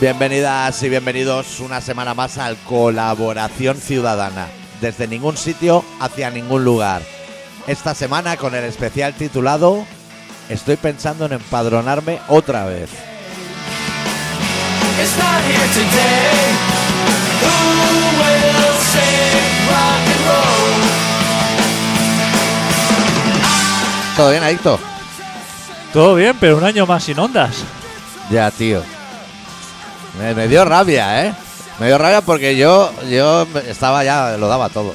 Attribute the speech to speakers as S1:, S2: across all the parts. S1: Bienvenidas y bienvenidos una semana más al Colaboración Ciudadana, desde ningún sitio hacia ningún lugar. Esta semana con el especial titulado Estoy pensando en empadronarme otra vez.
S2: It's not here today. Who will sing rock and roll?
S1: ¿Todo bien, Adicto?
S3: Todo bien, pero un año más sin ondas.
S1: Ya, tío. Me, me dio rabia, ¿eh? Me dio rabia porque yo, yo estaba ya, lo daba todo.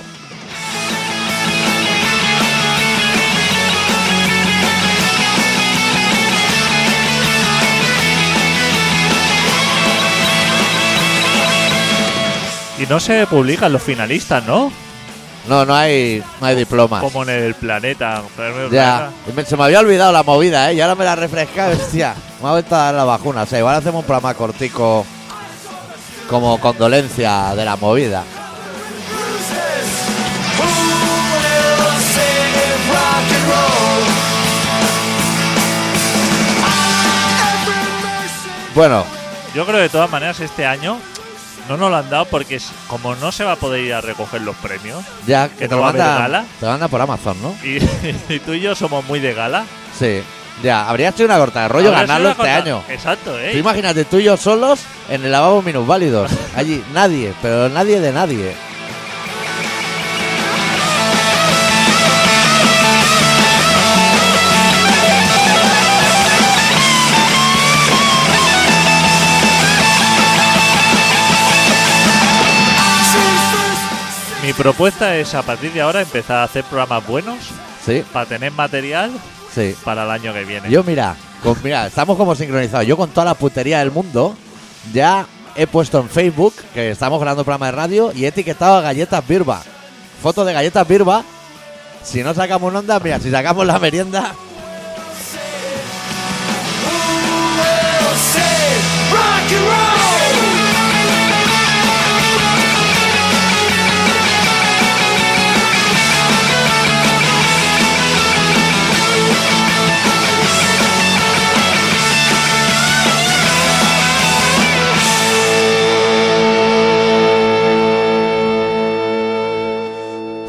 S3: Y no se publican los finalistas, ¿no?
S1: No, no hay, no hay diplomas.
S3: Como en el planeta. Premio
S1: Ah. Ya,
S3: Planeta.
S1: Y me- se me había olvidado la movida, ¿eh? Y ahora me la he refrescado, hostia. Me ha vuelto a dar la vacuna. O sea, igual hacemos un programa cortico como condolencia de la movida.
S2: Bruises. Who will sing rock and roll?
S1: Bueno,
S3: Yo creo que de todas maneras este año no nos lo han dado porque es- como no se va a poder ir a recoger los premios
S1: ya
S3: ¿Que
S1: te
S3: no
S1: lo
S3: va a haber
S1: manda,
S3: gala?
S1: te lo manda por Amazon, ¿no?
S3: y, y tú y yo somos muy de gala.
S1: Sí. Ya, habría sido una corta de rollo
S3: Habrá
S1: ganarlo
S3: sido
S1: este
S3: la
S1: año.
S3: contra- Exacto,
S1: Tú
S3: ¿eh?
S1: imagínate tú y yo solos en el lavabo minusválidos. Allí nadie, pero nadie de nadie.
S3: Mi propuesta es a partir de ahora empezar a hacer programas buenos
S1: Sí,
S3: para tener material
S1: sí.
S3: para el año que viene.
S1: Yo mira, con- mira, estamos como sincronizados. Yo con toda la putería del mundo ya he puesto en Facebook que estamos grabando un programa de radio y he etiquetado a Galletas Birba. Foto de Galletas Birba. Si no sacamos onda, mira, si sacamos la merienda,
S2: Who will sing rock and roll?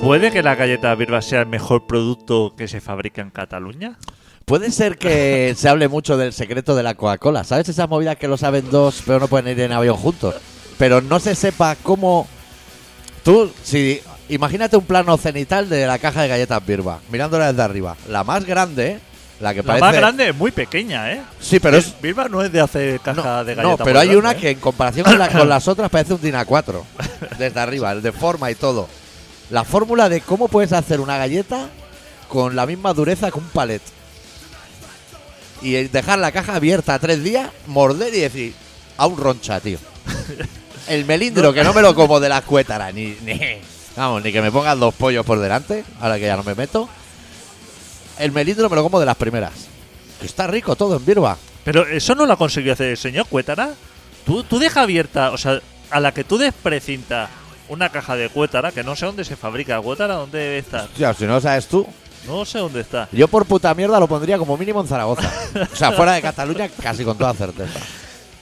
S3: ¿Puede que la galleta Birba sea el mejor producto que se fabrica en Cataluña?
S1: puede ser que se hable mucho del secreto de la Coca-Cola. ¿Sabes esas movidas que lo saben dos, pero no pueden ir en avión juntos? Pero no se sepa cómo. Tú, si. Imagínate un plano cenital de la caja de galletas Birba, mirándola desde arriba. La más grande, la que
S3: La
S1: parece.
S3: más grande es muy pequeña, ¿eh?
S1: Sí, pero es.
S3: Birba no es de hacer
S1: No,
S3: caja de ¿eh?
S1: no,
S3: galletas.
S1: pero hay una que en comparación con, la- con las otras parece un DIN A4. Desde arriba, el de forma y todo. La fórmula de cómo puedes hacer una galleta con la misma dureza que un palet. Y el dejar la caja abierta tres días, morder y decir, aún roncha, tío. El melindro, que no me lo como de las cuétaras, ni,
S3: ¿eh?
S1: ni- Vamos, ni que me pongan dos pollos por delante, ahora que ya no me meto. El melindro me lo como de las primeras. Que está rico todo en Birba.
S3: Pero eso no lo consiguió hacer el señor Cuétara. Tú, tú deja abierta, o sea, a la que tú desprecinta una caja de Cuétara, que no sé dónde se fabrica Cuétara, dónde debe estar.
S1: Tío, si no lo sabes tú,
S3: No sé dónde está.
S1: Yo por puta mierda lo pondría como mínimo en Zaragoza. O sea, fuera de Cataluña casi con toda certeza.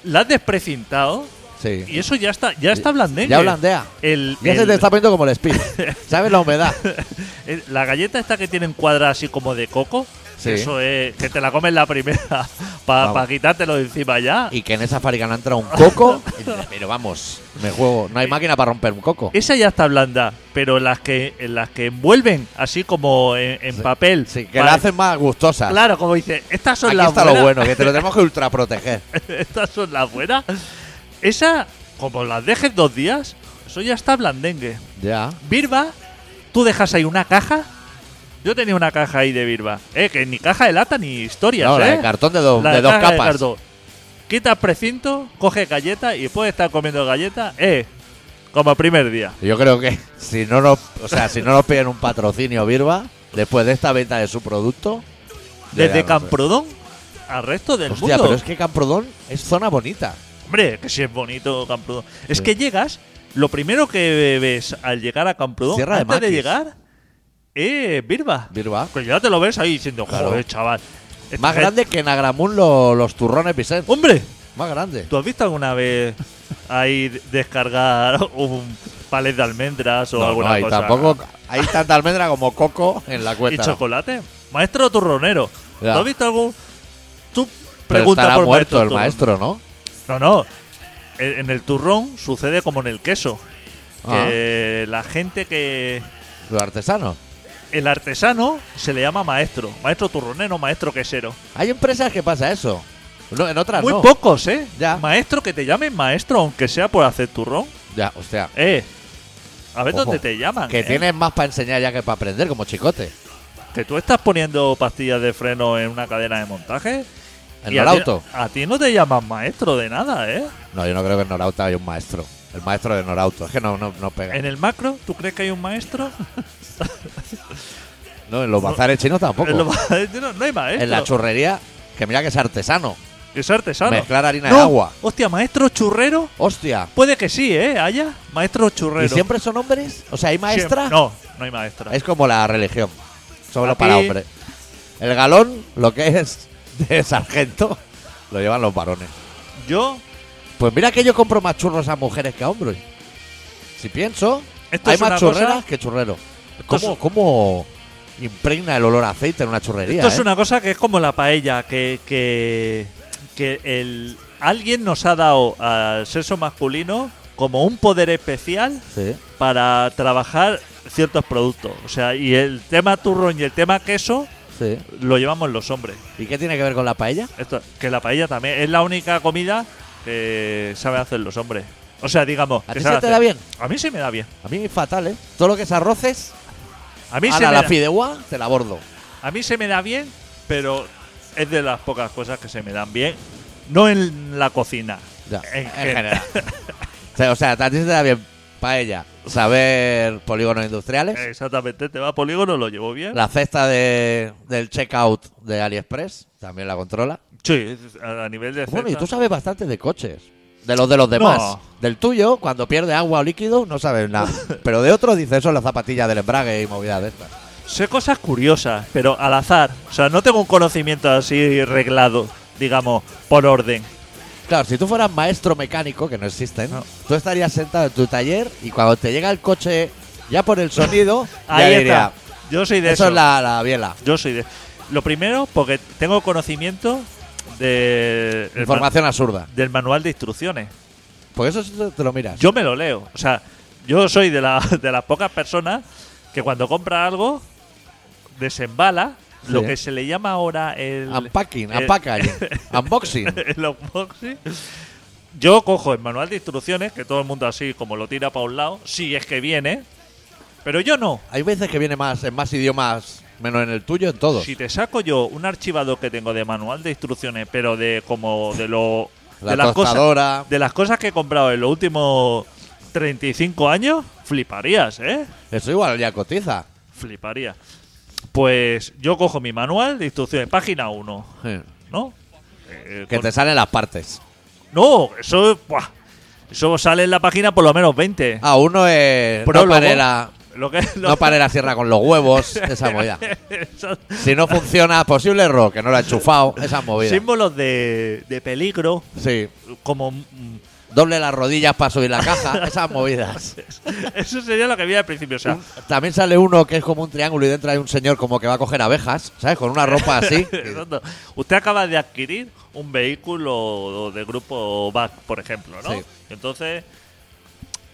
S3: La has desprecintado y
S1: Sí.
S3: eso ya está, ya está blandengue.
S1: Ya blandea.
S3: El,
S1: Ya se
S3: el-
S1: te está poniendo como el speed. ¿Sabes la humedad?
S3: el- la galleta esta que tiene en cuadra así como de coco.
S1: Sí.
S3: Eso es que te la comes la primera para
S1: Vamos.
S3: quitártelo de encima ya.
S1: Y que en esa fábrica no entra un coco. Pero vamos, me juego. No hay máquina para romper un coco.
S3: Esa ya está blanda, pero las que las que envuelven así como en, en papel.
S1: Sí, que
S3: para-
S1: la hacen más gustosa.
S3: Claro, como dice, estas son
S1: Aquí
S3: las
S1: está lo
S3: buenas.
S1: bueno, que te lo tenemos que ultra proteger.
S3: estas son las buenas. Esa, como las dejes dos días, eso ya está blandengue.
S1: Ya.
S3: Birba, tú dejas ahí una caja. Yo tenía una caja ahí de Birba. Eh, que ni caja de lata ni historias,
S1: No,
S3: ¿eh?
S1: la de cartón de, dos-
S3: La
S1: de dos
S3: caja de
S1: capas.
S3: cartón. Quitas precinto, coges galletas y puedes estar comiendo galletas, eh, como primer día.
S1: Yo creo que si no nos, o sea, si no nos piden un patrocinio Birba, después de esta venta de su producto.
S3: Desde
S1: llegarnos-
S3: Camprodón al resto del
S1: Hostia,
S3: mundo.
S1: pero es que Camprodón es zona bonita.
S3: Hombre, que si es bonito Camprodón. Es que llegas, lo primero que ves al llegar a Camprodón,
S1: Sierra de
S3: antes de,
S1: Maquis.
S3: llegar, eh, Birba.
S1: Birba.
S3: Que ya te lo ves ahí diciendo,
S1: Claro.
S3: joder, chaval. esta
S1: Más
S3: gente-
S1: grande que en Agramun lo- los turrones Vicente.
S3: Hombre,
S1: Más grande.
S3: Uh. ¿Tú has visto alguna vez ahí de- descargar un palet de almendras o
S1: No,
S3: alguna
S1: no hay,
S3: cosa?
S1: tampoco hay tanta almendra como coco en la
S3: ¿Y
S1: cueta.
S3: chocolate? Maestro turronero.
S1: Ya.
S3: ¿Tú has visto algún.? Tú
S1: Pero
S3: preguntas
S1: estará
S3: por
S1: muerto el
S3: turrón.
S1: maestro, ¿no?
S3: No, no. En en el turrón sucede como en el queso.
S1: Ah.
S3: Que la gente que.
S1: Los artesanos.
S3: El artesano se le llama maestro. Maestro turronero, maestro quesero.
S1: Hay empresas que pasa eso. No, en otras
S3: Muy
S1: no.
S3: pocos, ¿eh?
S1: Ya.
S3: Maestro que te llamen maestro, aunque sea por hacer turrón.
S1: Ya, o sea,
S3: Eh. A ver
S1: Ojo,
S3: dónde te llaman.
S1: que
S3: ¿eh?
S1: tienes más para enseñar ya que para aprender, como chicote.
S3: Que tú estás poniendo pastillas de freno en una cadena de montaje.
S1: En
S3: y a
S1: Norauto.
S3: ti- A ti no te llaman maestro de nada, ¿eh?
S1: No, yo no creo que en Norauto haya un maestro. El maestro de Norauto. Es que no, no, no pega.
S3: En el macro, ¿tú crees que hay un maestro?
S1: no, en los bazares chinos tampoco.
S3: En lo- no, no hay maestro.
S1: En la churrería, que mira que es artesano.
S3: Es artesano.
S1: Mezclar harina
S3: No,
S1: en agua.
S3: Hostia, maestro churrero.
S1: Hostia.
S3: Puede que sí, ¿eh? Haya maestro churrero.
S1: ¿Y siempre son hombres? O sea, ¿hay maestra?
S3: Siem- No, no hay maestra.
S1: Es como la religión. Solo
S3: Aquí-
S1: para hombres. El galón, lo que es de sargento, lo llevan los varones.
S3: Yo,
S1: Pues mira que yo compro más churros a mujeres que a hombres. Si pienso,
S3: Esto
S1: hay
S3: es una
S1: más churreras
S3: cosa-
S1: que churreros.
S3: Esto
S1: ¿Cómo,
S3: es-
S1: cómo impregna el olor a aceite en una churrería?
S3: esto es
S1: eh?
S3: una cosa que es como la paella, que, que, que el, alguien nos ha dado al sexo masculino como un poder especial
S1: Sí.
S3: para trabajar ciertos productos. O sea, y el tema turrón y el tema queso
S1: Sí.
S3: lo llevamos los hombres.
S1: ¿Y qué tiene que ver con la paella?
S3: Esto, que la paella también es la única comida que saben hacer los hombres. O sea, digamos.
S1: ¿A
S3: que
S1: ti
S3: saben
S1: se te
S3: hacer.
S1: da bien?
S3: A mí sí me da bien.
S1: A mí fatal, ¿eh? Todo lo que es arroces,
S3: A mí,
S1: a
S3: se me
S1: la,
S3: da,
S1: fideuá, te la bordo.
S3: a mí se me da bien, pero es de las pocas cosas que se me dan bien. No en la cocina.
S1: Ya, en,
S3: gen-
S1: general. O sea, o sea, a ti se te da bien paella, saber polígonos industriales,
S3: Eh, Exactamente. Te va a polígono, lo llevo bien.
S1: la cesta de, del checkout de AliExpress, también la controla.
S3: Sí, a a nivel de.
S1: Bueno, y
S3: cesta.
S1: tú sabes bastante de coches. De los de los demás.
S3: No.
S1: Del tuyo, cuando pierde agua o líquido, no sabes nada. Pero de otros dices eso en la zapatilla del embrague y movidas de estas.
S3: Sé cosas curiosas, pero al azar. O sea, no tengo un conocimiento así reglado, digamos, por orden.
S1: Claro, si tú fueras maestro mecánico, que no existen,
S3: No.
S1: tú estarías sentado en tu taller y cuando te llega el coche ya por el sonido, ya
S3: Ahí
S1: diría,
S3: está. Yo soy de
S1: eso
S3: eso.
S1: es la, la biela.
S3: Yo soy de. Lo primero, porque tengo conocimiento de. el ma-
S1: Información absurda.
S3: del manual de instrucciones.
S1: Pues eso sí te- te lo miras.
S3: Yo me lo leo. O sea, yo soy de, la- de las pocas personas que cuando compra algo desembala
S1: Sí.
S3: lo que se le llama ahora el.
S1: Unpacking,
S3: el-
S1: unpackaging,
S3: eh,
S1: unboxing.
S3: el unboxing. Yo cojo el manual de instrucciones, que todo el mundo así como lo tira para un lado, si es que viene. Pero yo no.
S1: Hay veces que viene más en más idiomas, menos en el tuyo, en todos.
S3: Si te saco yo un archivado que tengo de manual de instrucciones, pero de como de lo
S1: La
S3: de las cosas
S1: tostadora.
S3: de las cosas que he comprado en los últimos 35 años, fliparías, ¿eh?
S1: Eso igual ya cotiza.
S3: Fliparía. Pues yo cojo mi manual de instrucciones, página 1, ¿no? Eh,
S1: Que
S3: con-
S1: te salen las partes.
S3: No, eso, buah, eso sale en la página por lo menos 20.
S1: Ah, uno es. No
S3: Prólogo.
S1: pare, la,
S3: Lo que es lo-
S1: no pare la sierra con los huevos, esa movida.
S3: Eso-
S1: Si no funciona, posible error, que no lo ha enchufado, esa movida.
S3: símbolos de, de peligro,
S1: Sí.
S3: como mm,
S1: Doble las rodillas para subir la caja, esas movidas.
S3: Eso sería lo que había al principio. O sea,
S1: También sale uno que es como un triángulo y dentro hay un señor como que va a coger abejas, ¿sabes? Con una ropa así.
S3: Exacto. usted acaba de adquirir un vehículo de grupo BAC, por ejemplo, ¿no?
S1: Sí.
S3: Entonces,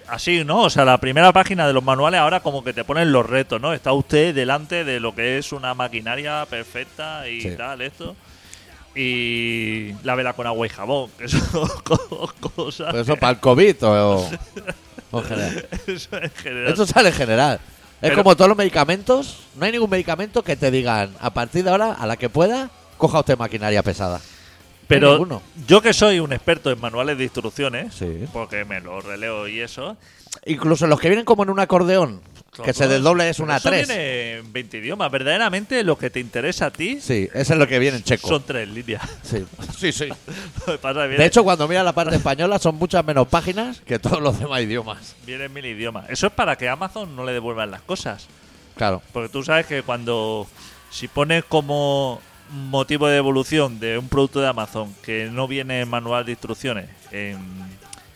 S3: así, ¿no? O sea, la primera página de los manuales ahora como que te ponen los retos, ¿no? Está usted delante de lo que es una maquinaria perfecta y
S1: Sí.
S3: tal, esto. Y la vela con agua y jabón, que son co- cosas.
S1: Pero eso para el COVID o. o en general.
S3: Eso en general.
S1: Esto sale en general. Es
S3: Pero-
S1: como todos los medicamentos. No hay ningún medicamento que te digan, a partir de ahora, a la que pueda, coja usted maquinaria pesada.
S3: Pero
S1: Ninguno.
S3: yo que soy un experto en manuales de instrucciones,
S1: Sí.
S3: porque me lo releo y eso.
S1: Incluso los que vienen como en un acordeón, que se desdoble es
S3: Pero
S1: una
S3: eso
S1: 3.
S3: viene en 20 idiomas. Verdaderamente lo que te interesa a ti
S1: Sí, eso es lo que viene en checo.
S3: son tres líneas.
S1: Sí. sí, sí.
S3: Lo que pasa es que viene-
S1: De hecho, cuando miras la parte española, son muchas menos páginas que todos los demás idiomas.
S3: viene en mil idiomas. Eso es para que Amazon no le devuelvan las cosas.
S1: Claro.
S3: Porque tú sabes que cuando si pones como motivo de evolución de un producto de Amazon que no viene en manual de instrucciones en,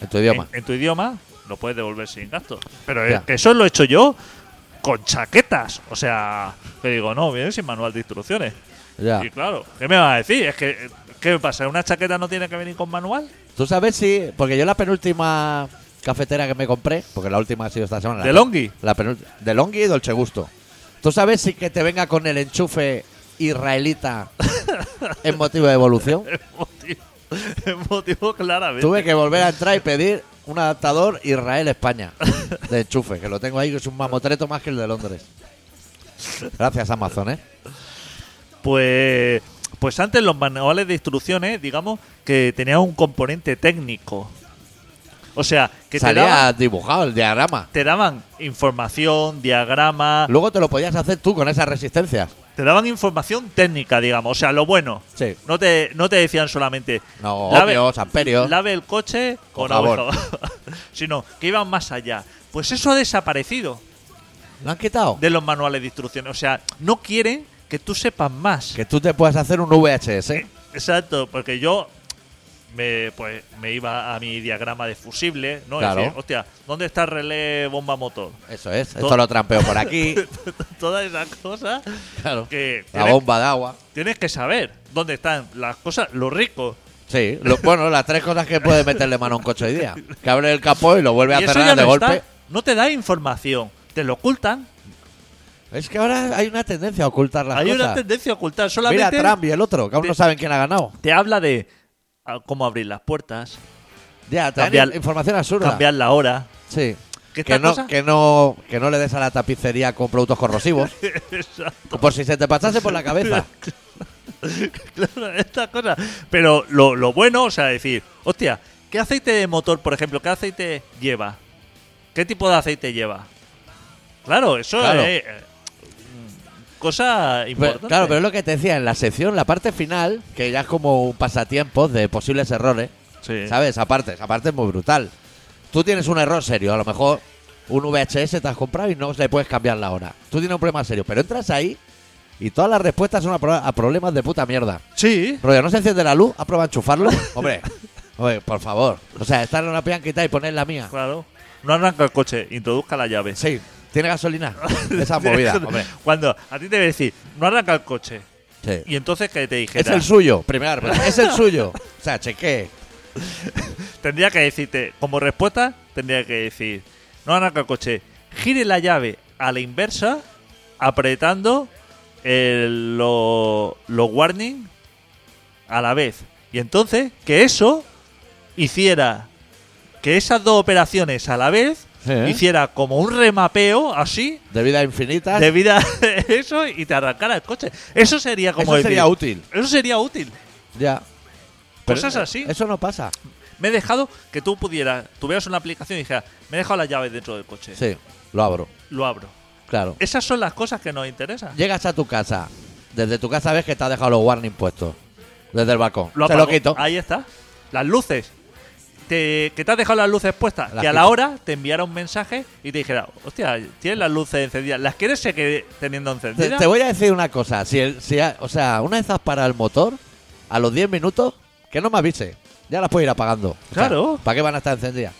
S1: En tu idioma.
S3: en, en tu idioma, lo puedes devolver sin gasto. Pero
S1: Ya.
S3: es que eso lo he hecho yo con chaquetas. O sea, que digo, no, viene sin manual de instrucciones.
S1: Ya.
S3: Eh, Y claro, ¿qué me vas a decir? Es que, ¿qué me pasa? ¿Una chaqueta no tiene que venir con manual?
S1: Tú sabes si. Porque yo la penúltima cafetera que me compré, porque la última ha sido esta semana.
S3: ¿De Longhi?
S1: La penúltima. De Longhi y Dolce Gusto. ¿Tú sabes si que te venga con el enchufe israelita en motivo de evolución?
S3: Es motivo, es motivo claramente.
S1: Tuve que volver a entrar y pedir un adaptador Israel-España de enchufe, que lo tengo ahí, que es un mamotreto más que el de Londres. Gracias, Amazon, ¿eh?
S3: Pues, pues antes los manuales de instrucciones, digamos, que tenían un componente técnico. O sea, que te
S1: Salía
S3: daban,
S1: dibujado el diagrama.
S3: te daban información, diagrama,
S1: Luego te lo podías hacer tú con esas resistencias.
S3: te daban información técnica, digamos, o sea, lo bueno.
S1: Sí.
S3: No te, no te decían solamente
S1: No,
S3: Lave-
S1: ohmios, amperios.
S3: lave el coche
S1: Con
S3: con agua y
S1: jabón.
S3: jabón. sino que iban más allá. Pues eso ha desaparecido
S1: ¿Lo han quitado?
S3: de los manuales de instrucciones. O sea, no quieren que tú sepas más.
S1: Que tú te puedas hacer un VHS.
S3: Exacto, porque yo me, pues, me iba a mi diagrama de fusible, ¿no?
S1: Claro.
S3: Es decir, hostia, ¿dónde está el relé bomba motor?
S1: Eso es. Esto lo trampeo por aquí.
S3: Todas esas cosas
S1: Claro.
S3: que
S1: La
S3: tienes,
S1: bomba de agua.
S3: tienes que saber dónde están las cosas, lo rico.
S1: Sí. Lo- bueno, las tres cosas que puede meterle mano a un coche hoy día. Que abre el capó y lo vuelve a
S3: Y eso
S1: cerrar
S3: ya
S1: de
S3: no
S1: golpe.
S3: está, no te da información, te lo ocultan.
S1: Es que ahora hay una tendencia a ocultar las
S3: Hay
S1: cosas.
S3: una tendencia a ocultar,
S1: Mira a
S3: solamente
S1: Trump y el otro, que aún
S3: te-
S1: no saben quién ha ganado.
S3: te habla de ah, cómo abrir las puertas,
S1: Ya, te dan
S3: Cambiar-
S1: información absurda.
S3: cambiar la hora.
S1: Sí.
S3: Que
S1: Que,
S3: estas
S1: no,
S3: cosas-
S1: que, no, que no le des a la tapicería con productos corrosivos. por si se te pasase por la cabeza.
S3: Claro, estas cosas. Pero lo, lo bueno, o sea, decir, hostia, ¿qué aceite de motor, por ejemplo, qué aceite lleva? ¿Qué tipo de aceite lleva? Claro, eso
S1: Claro.
S3: es eh, cosa
S1: Pero-
S3: importante.
S1: claro, pero es lo que te decía en la sección, la parte final, que ya es como un pasatiempo de posibles errores.
S3: Sí.
S1: ¿Sabes? Esa parte, esa parte es muy brutal. Tú tienes un error serio, a lo mejor un VHS te has comprado y no le puedes cambiar la hora. Tú tienes un problema serio, pero entras ahí y todas las respuestas son a, pro- a problemas de puta mierda.
S3: Sí,
S1: Rollo, ¿no se enciende la luz? ¿Ha probado a enchufarlo? Hombre, hombre, por favor. O sea, estar en una pianquita y poner la mía.
S3: claro. No arranca el coche, introduzca la llave.
S1: Sí, tiene gasolina. Esa movida, hombre.
S3: Cuando a ti te debe decir, no arranca el coche.
S1: Sí.
S3: Y entonces que te dijera,
S1: Es el suyo, primera respuesta. Es el suyo. O sea, cheque.
S3: tendría que decirte, como respuesta, tendría que decir, no arranca el coche, gire la llave a la inversa apretando el- lo- los warning a la vez. Y entonces que eso hiciera que esas dos operaciones a la vez
S1: Sí.
S3: hiciera como un remapeo así
S1: De vida infinita.
S3: de vida eso y te arrancara el coche. Eso sería como
S1: Eso sería
S3: decir-
S1: útil.
S3: Eso sería útil.
S1: Ya. Pero
S3: Cosas
S1: eso-
S3: así.
S1: Eso no pasa.
S3: Me he dejado que tú pudieras, tuvieras una aplicación y dijeras, me he dejado las llaves dentro del coche.
S1: Sí, lo abro.
S3: Lo abro.
S1: Claro.
S3: Esas son las cosas que nos interesan.
S1: Llegas a tu casa. Desde tu casa ves que te has dejado los warning puestos. Desde el balcón. Te lo
S3: apago.
S1: quito.
S3: Ahí está. Las luces. Te- que te has dejado las luces puestas.
S1: Las
S3: que a
S1: quito.
S3: la hora te enviara un mensaje y te dijera, hostia, tienes las luces encendidas. ¿Las quieres seguir teniendo
S1: Te,
S3: encendidas?
S1: te voy a decir una cosa. Si, el- si ha- o sea, una vez has parado el motor, a los 10 minutos, que no me avise. Ya las puedo ir apagando. O sea,
S3: Claro.
S1: ¿Para qué van a estar encendidas?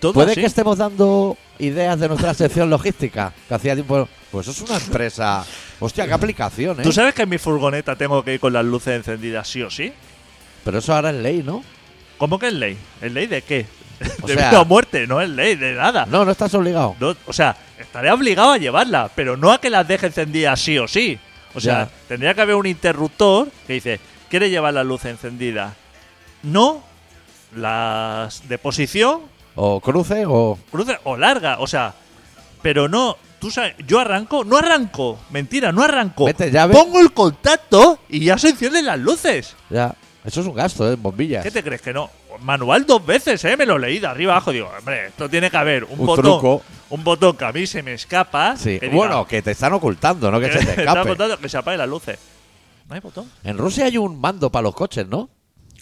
S3: Todo
S1: Puede
S3: así.
S1: que estemos dando ideas de nuestra sección logística. Que hacía tiempo. Pues eso es una empresa. Hostia, qué aplicación, ¿eh?
S3: Tú sabes que en mi furgoneta tengo que ir con las luces encendidas sí o sí.
S1: Pero eso ahora es ley, ¿no?
S3: ¿Cómo que es ley? ¿Es ley de qué?
S1: O
S3: de
S1: sea-
S3: vida o muerte, no es ley de nada.
S1: No, no estás obligado.
S3: No, o sea, estaré obligado a llevarla, pero no a que las deje encendidas sí o sí. O sea,
S1: Ya.
S3: tendría que haber un interruptor que dice, ¿quiere llevar la luz encendida? No, las de posición,
S1: O cruce o.
S3: cruce o larga, o sea, pero no, tú sabes, yo arranco, no arranco, mentira, no arranco.
S1: Mete llave.
S3: Pongo el contacto y ya se encienden las luces.
S1: Ya. Eso es un gasto, ¿eh? Bombillas.
S3: ¿Qué te crees que no? Manual dos veces, ¿eh? Me lo leí de arriba abajo. Digo, hombre, esto tiene que haber un,
S1: Un
S3: botón.
S1: truco.
S3: Un botón que a mí se me escapa.
S1: Sí.
S3: que diga,
S1: Bueno, que te están ocultando, no que se te
S3: está
S1: escape.
S3: contando que se apague las luces. No hay botón.
S1: En Rusia hay un mando para los coches, ¿no?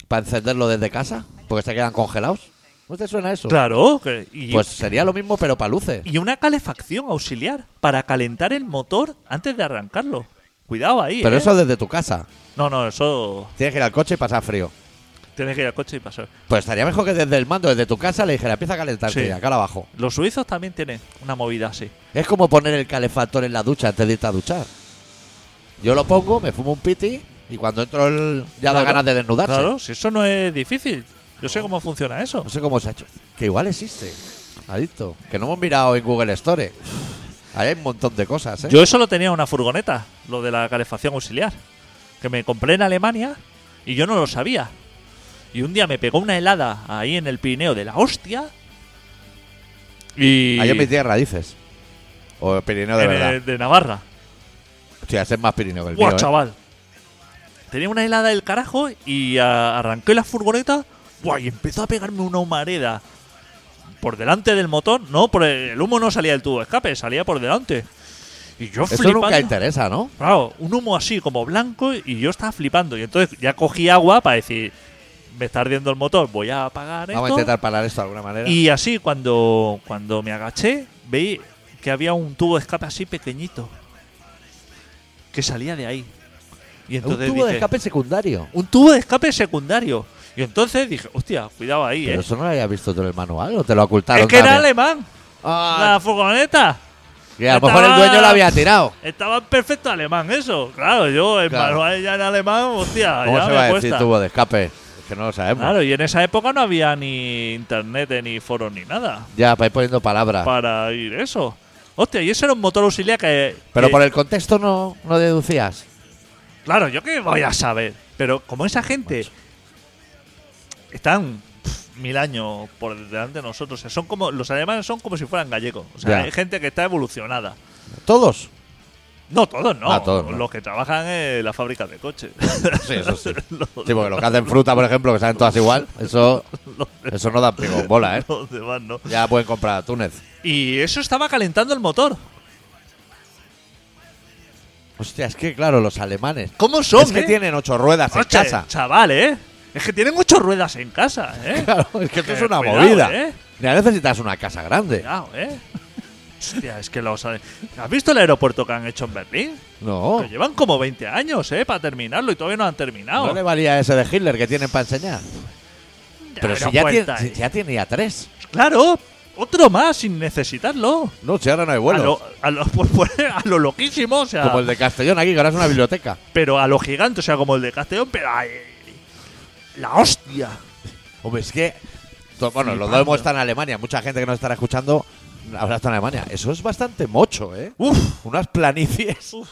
S1: Para encenderlo desde casa, porque se quedan congelados. ¿No te suena eso?
S3: Claro. que- y,
S1: Pues sería lo mismo, pero para luces.
S3: y una calefacción auxiliar para calentar el motor antes de arrancarlo. Cuidado ahí.
S1: Pero
S3: ¿eh?
S1: eso desde tu casa.
S3: No, no, eso.
S1: Tienes que ir al coche y pasar frío.
S3: Tienes que ir al coche y pasar.
S1: Pues estaría mejor que desde el mando, desde tu casa, le dijera, empieza a calentarte
S3: Sí.
S1: ya, acá abajo.
S3: Los suizos también tienen una movida así.
S1: Es como poner el calefactor en la ducha antes de irte a duchar. Yo lo pongo, me fumo un piti y cuando entro el- ya da
S3: Claro.
S1: ganas de desnudarse.
S3: Claro, si eso no es difícil. Yo sé cómo funciona eso.
S1: No sé cómo se ha hecho. Que igual existe. Adicto. Que no hemos mirado en Google Store. Ahí hay un montón de cosas, ¿eh?
S3: Yo eso lo tenía en una furgoneta, lo de la calefacción auxiliar, que me compré en Alemania y yo no lo sabía. Y un día me pegó una helada ahí en el Pirineo de la hostia. Y
S1: Ahí en mi tierra, dices. O Pirineo de
S3: en
S1: verdad.
S3: el- de Navarra.
S1: Hostia, ese es más Pirineo que el
S3: Buah,
S1: mío, ¿eh?
S3: chaval. Tenía una helada del carajo y a- arranqué la furgoneta. Buah, y empezó a pegarme una humareda. Por delante del motor, no, por el, el humo no salía del tubo de escape, salía por delante. Y yo
S1: Eso
S3: flipando.
S1: nunca interesa, ¿no?
S3: Claro, un humo así como blanco y yo estaba flipando. Y entonces ya cogí agua para decir, me está ardiendo el motor, voy a apagar
S1: Vamos a
S3: esto.
S1: intentar parar esto de alguna manera.
S3: Y así cuando, cuando me agaché, veí que había un tubo de escape así pequeñito que salía de ahí. Y
S1: un tubo
S3: entonces
S1: de
S3: dije,
S1: escape secundario.
S3: un tubo de escape secundario. Y entonces dije, hostia, cuidado ahí,
S1: Pero
S3: eh.
S1: eso no lo habías visto tú en el manual o te lo ocultaron.
S3: Es que era
S1: también?
S3: alemán,
S1: Ah,
S3: la furgoneta.
S1: y a lo mejor el
S3: estaba-
S1: dueño lo había tirado.
S3: Estaba en perfecto alemán eso. Claro, yo en
S1: Claro.
S3: manual ya en alemán, hostia,
S1: ¿Cómo
S3: Ah, ya
S1: se
S3: me
S1: va a
S3: cuesta.
S1: decir tubo de escape? Es que no lo sabemos.
S3: Claro, y en esa época no había ni internet, eh, ni foro, ni nada
S1: Ya, para ir poniendo palabras.
S3: para ir eso. Hostia, y ese era un motor auxiliar que.
S1: Pero
S3: que-
S1: por el contexto no, no deducías.
S3: Claro, yo qué voy a saber. Pero como esa gente.
S1: Macho.
S3: Están pf, mil años por delante de nosotros. O sea, son como, los alemanes son como si fueran gallegos. O sea,
S1: Ya.
S3: hay gente que está evolucionada.
S1: Todos.
S3: No, todos no.
S1: Ah, todos no.
S3: Los que trabajan en la fábrica de coches.
S1: Sí, eso sí.
S3: Los-
S1: Sí, porque los que hacen fruta, por ejemplo, que salen todas igual, eso, eso no da pegón bola, ¿eh?
S3: los demás no.
S1: Ya pueden comprar a Túnez.
S3: Y eso estaba calentando el motor.
S1: Hostia, es que claro, los alemanes.
S3: ¿Cómo son?
S1: es que
S3: eh?
S1: tienen ocho ruedas Pues en
S3: Oche,
S1: casa.
S3: Chaval, ¿eh? Es que tienen ocho ruedas en casa, ¿eh?
S1: Claro, es que esto
S3: Eh,
S1: es una
S3: cuidado,
S1: movida.
S3: ¿eh?
S1: Ya necesitas una casa grande.
S3: Cuidado, ¿eh? Hostia, es que los... ¿Has visto el aeropuerto que han hecho en Berlín?
S1: No.
S3: Lo llevan como 20 años, ¿eh? Para terminarlo y todavía no han terminado.
S1: No le valía ese de Hitler que tienen para enseñar. Pero si ya, tiene,
S3: Aeropuerta,
S1: si ya tiene ya tres.
S3: eh. Claro, otro más sin necesitarlo.
S1: No, si ahora no hay vuelos.
S3: A lo, a lo- pues, pues, a lo loquísimo, o sea...
S1: Como el de Castellón aquí, que ahora es una biblioteca.
S3: Pero a lo gigante, o sea, como el de Castellón, pero... ay, la hostia.
S1: Hombre, es que. to- Bueno, los dos
S3: Flipando.
S1: hemos estado en Alemania. Mucha gente que nos estará escuchando habrá estado en Alemania. Eso es bastante mocho, ¿eh?
S3: Uf,
S1: Unas planicies.
S3: Uf.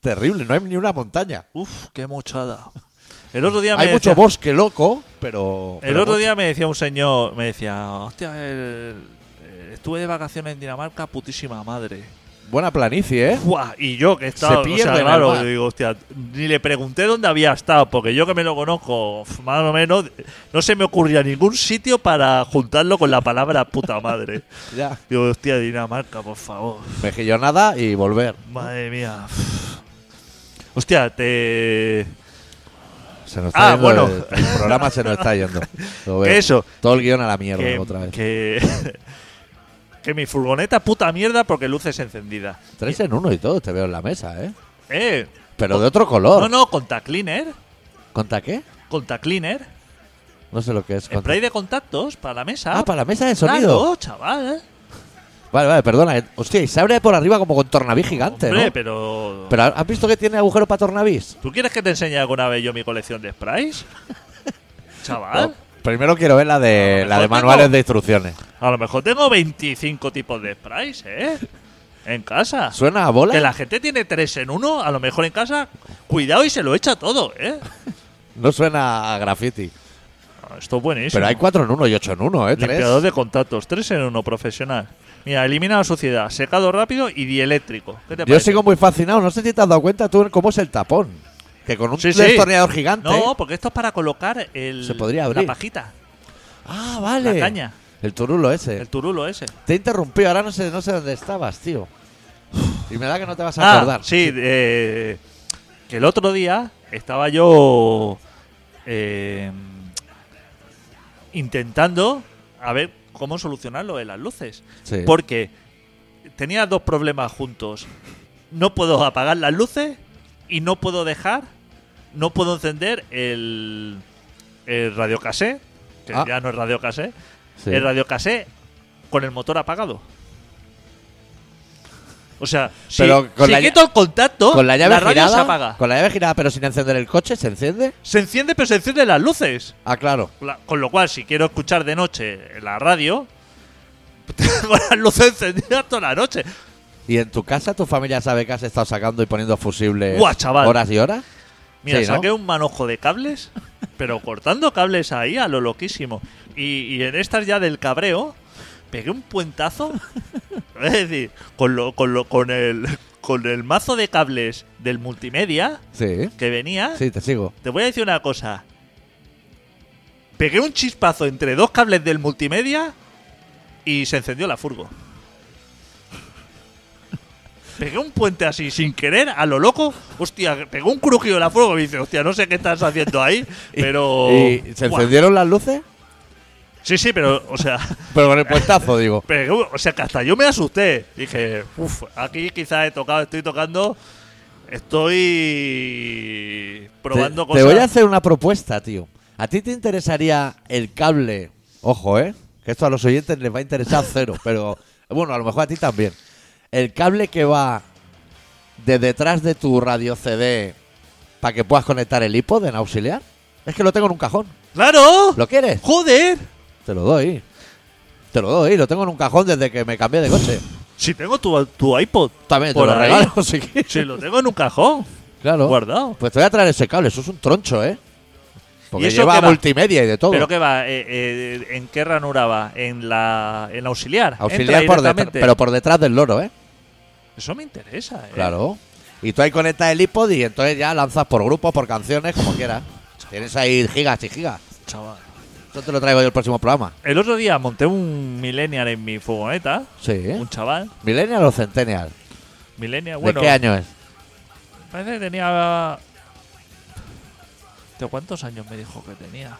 S1: Terrible, no hay ni una montaña.
S3: uf, qué mochada. El otro día
S1: Hay
S3: me
S1: mucho
S3: decía-
S1: bosque loco, pero.
S3: El
S1: pero
S3: otro
S1: mucho.
S3: día me decía un señor, me decía, hostia, el- eh, estuve de vacaciones en Dinamarca, putísima madre.
S1: Buena planicie, ¿eh?
S3: Guau, y yo que he estado,
S1: Se
S3: o sea,
S1: pierde en el
S3: claro,
S1: mar.
S3: digo, hostia, ni le pregunté dónde había estado, porque yo que me lo conozco, f- más o menos, no se me ocurría ningún sitio para juntarlo con la palabra puta madre.
S1: Ya.
S3: Digo, hostia, Dinamarca, por favor,
S1: Mejillonada y volver.
S3: madre mía. Hostia, te...
S1: Se nos está
S3: Ah,
S1: yendo.
S3: bueno.
S1: El, el programa se nos está yendo. Lo veo.
S3: Que eso,
S1: Todo el guión a la mierda
S3: que,
S1: otra vez.
S3: que- que mi furgoneta puta mierda porque luces encendidas.
S1: Tres en uno y todo, te veo en la mesa, ¿eh?
S3: Eh,
S1: Pero de otro color.
S3: No, no, conta cleaner.
S1: ¿Conta qué?
S3: Conta cleaner.
S1: No sé lo que es. conta-
S3: Spray de contactos para la mesa.
S1: Ah, para la mesa de sonido.
S3: Claro, chaval.
S1: Vale, vale, perdona. que- Hostia, y se abre por arriba como con tornavís gigante,
S3: Hombre,
S1: Este, ¿no?
S3: pero...
S1: Pero ¿has visto que tiene agujero para tornavís?
S3: ¿Tú quieres que te enseñe alguna vez yo mi colección de sprays? chaval.
S1: Oh, primero quiero ver la de,
S3: A lo
S1: la de
S3: ¿Ah? mejor
S1: manuales
S3: tengo-
S1: de instrucciones.
S3: A lo mejor tengo 25 tipos de sprays, ¿eh? En casa.
S1: ¿Suena a bola?
S3: Que la gente tiene tres en uno, a lo mejor en casa, cuidado y se lo echa todo, ¿eh?
S1: No suena a graffiti.
S3: Ah, Esto es buenísimo.
S1: Pero hay cuatro en uno y ocho en uno, ¿eh? Tres.
S3: Limpiador de contactos, tres en uno, profesional. Mira, elimina la suciedad, secado rápido y dieléctrico. ¿Qué te
S1: Yo
S3: parece?
S1: sigo muy fascinado. No sé si te has dado cuenta tú cómo es el tapón. Que con un
S3: Sí, sí.
S1: destornillador gigante.
S3: No, porque esto es para colocar el,
S1: Se podría
S3: la
S1: abrir.
S3: pajita,
S1: Ah, vale.
S3: la caña,
S1: El turulo ese.
S3: el turulo ese.
S1: Te he interrumpido. Ahora no sé, no sé dónde estabas, tío. Y me da que no te vas a
S3: Ah,
S1: acordar.
S3: sí, eh, que el otro día estaba yo eh, intentando a ver cómo solucionar lo de las luces.
S1: Sí.
S3: Porque tenía dos problemas juntos. No puedo apagar las luces y no puedo dejar, no puedo encender el, el radiocassé, que
S1: Ah.
S3: ya no es radiocassé,
S1: Sí.
S3: el radiocassé con el motor apagado. O sea, si,
S1: Pero con
S3: si
S1: la lla-
S3: quito el contacto,
S1: Con la llave
S3: radio
S1: girada.
S3: se apaga.
S1: Con la llave girada, pero sin encender el coche, ¿se enciende?
S3: Se enciende, pero se encienden las luces.
S1: Ah, claro.
S3: La- con lo cual, si quiero escuchar de noche la radio, tengo las luces encendidas toda la noche.
S1: ¿Y en tu casa tu familia sabe que has estado sacando y poniendo fusibles
S3: Buah, chaval.
S1: horas y horas?
S3: Mira,
S1: Sí, ¿no?
S3: saqué un manojo de cables, pero cortando cables ahí a lo loquísimo. Y, y en estas ya del cabreo, pegué un puentazo. Es decir, con, lo, con, lo, con, el, con el mazo de cables del multimedia
S1: Sí.
S3: que venía,
S1: Sí, te sigo.
S3: te voy a decir una cosa. Pegué un chispazo entre dos cables del multimedia y se encendió la furgo. Pegué un puente así sin querer, a lo loco. Hostia, pegó un crujido la furgo. Me dice, hostia, no sé qué estás haciendo ahí, pero.
S1: ¿Y se
S3: Buah.
S1: encendieron las luces?
S3: Sí, sí, pero, o sea,
S1: Pero con el puestazo, digo.
S3: pegó- o sea, que hasta yo me asusté. Dije, uff, aquí quizás he tocado, estoy tocando. Estoy probando
S1: te, te
S3: cosas.
S1: voy a hacer una propuesta, tío. ¿A ti te interesaría el cable? Ojo, ¿eh? Que esto a los oyentes les va a interesar cero, pero bueno, a lo mejor a ti también. El cable que va de detrás de tu radio CD para que puedas conectar el iPod en auxiliar. Es que lo tengo en un cajón.
S3: ¡Claro!
S1: ¿Lo quieres?
S3: ¡Joder!
S1: Te lo doy. Te lo doy. Lo tengo en un cajón desde que me cambié de coche.
S3: Si tengo tu, tu iPod.
S1: También te
S3: por
S1: lo
S3: ahí.
S1: regalo si quieres.
S3: Si lo tengo en un cajón.
S1: Claro.
S3: Guardado.
S1: Pues te voy a traer ese cable. Eso es un troncho, ¿eh? Porque
S3: ¿Y eso
S1: lleva
S3: qué va?
S1: multimedia y de todo.
S3: ¿Pero qué va? Eh, eh, ¿En qué ranura va? ¿En la en la auxiliar? Entra
S1: Auxiliar por detrás,
S3: directamente.
S1: pero por detrás del loro, ¿eh?
S3: Eso me interesa. eh.
S1: Claro. Y tú ahí conectas el iPod y entonces ya lanzas por grupos, por canciones, como quieras. Tienes ahí gigas y gigas.
S3: Chaval.
S1: Eso te lo traigo yo el próximo programa.
S3: El otro día monté un Millennial en mi fogoneta.
S1: Sí. ¿eh?
S3: Un chaval.
S1: ¿Millennial o Centennial?
S3: Millennial,
S1: ¿De
S3: bueno.
S1: qué año es?
S3: Parece que tenía. ¿De cuántos años me dijo que tenía?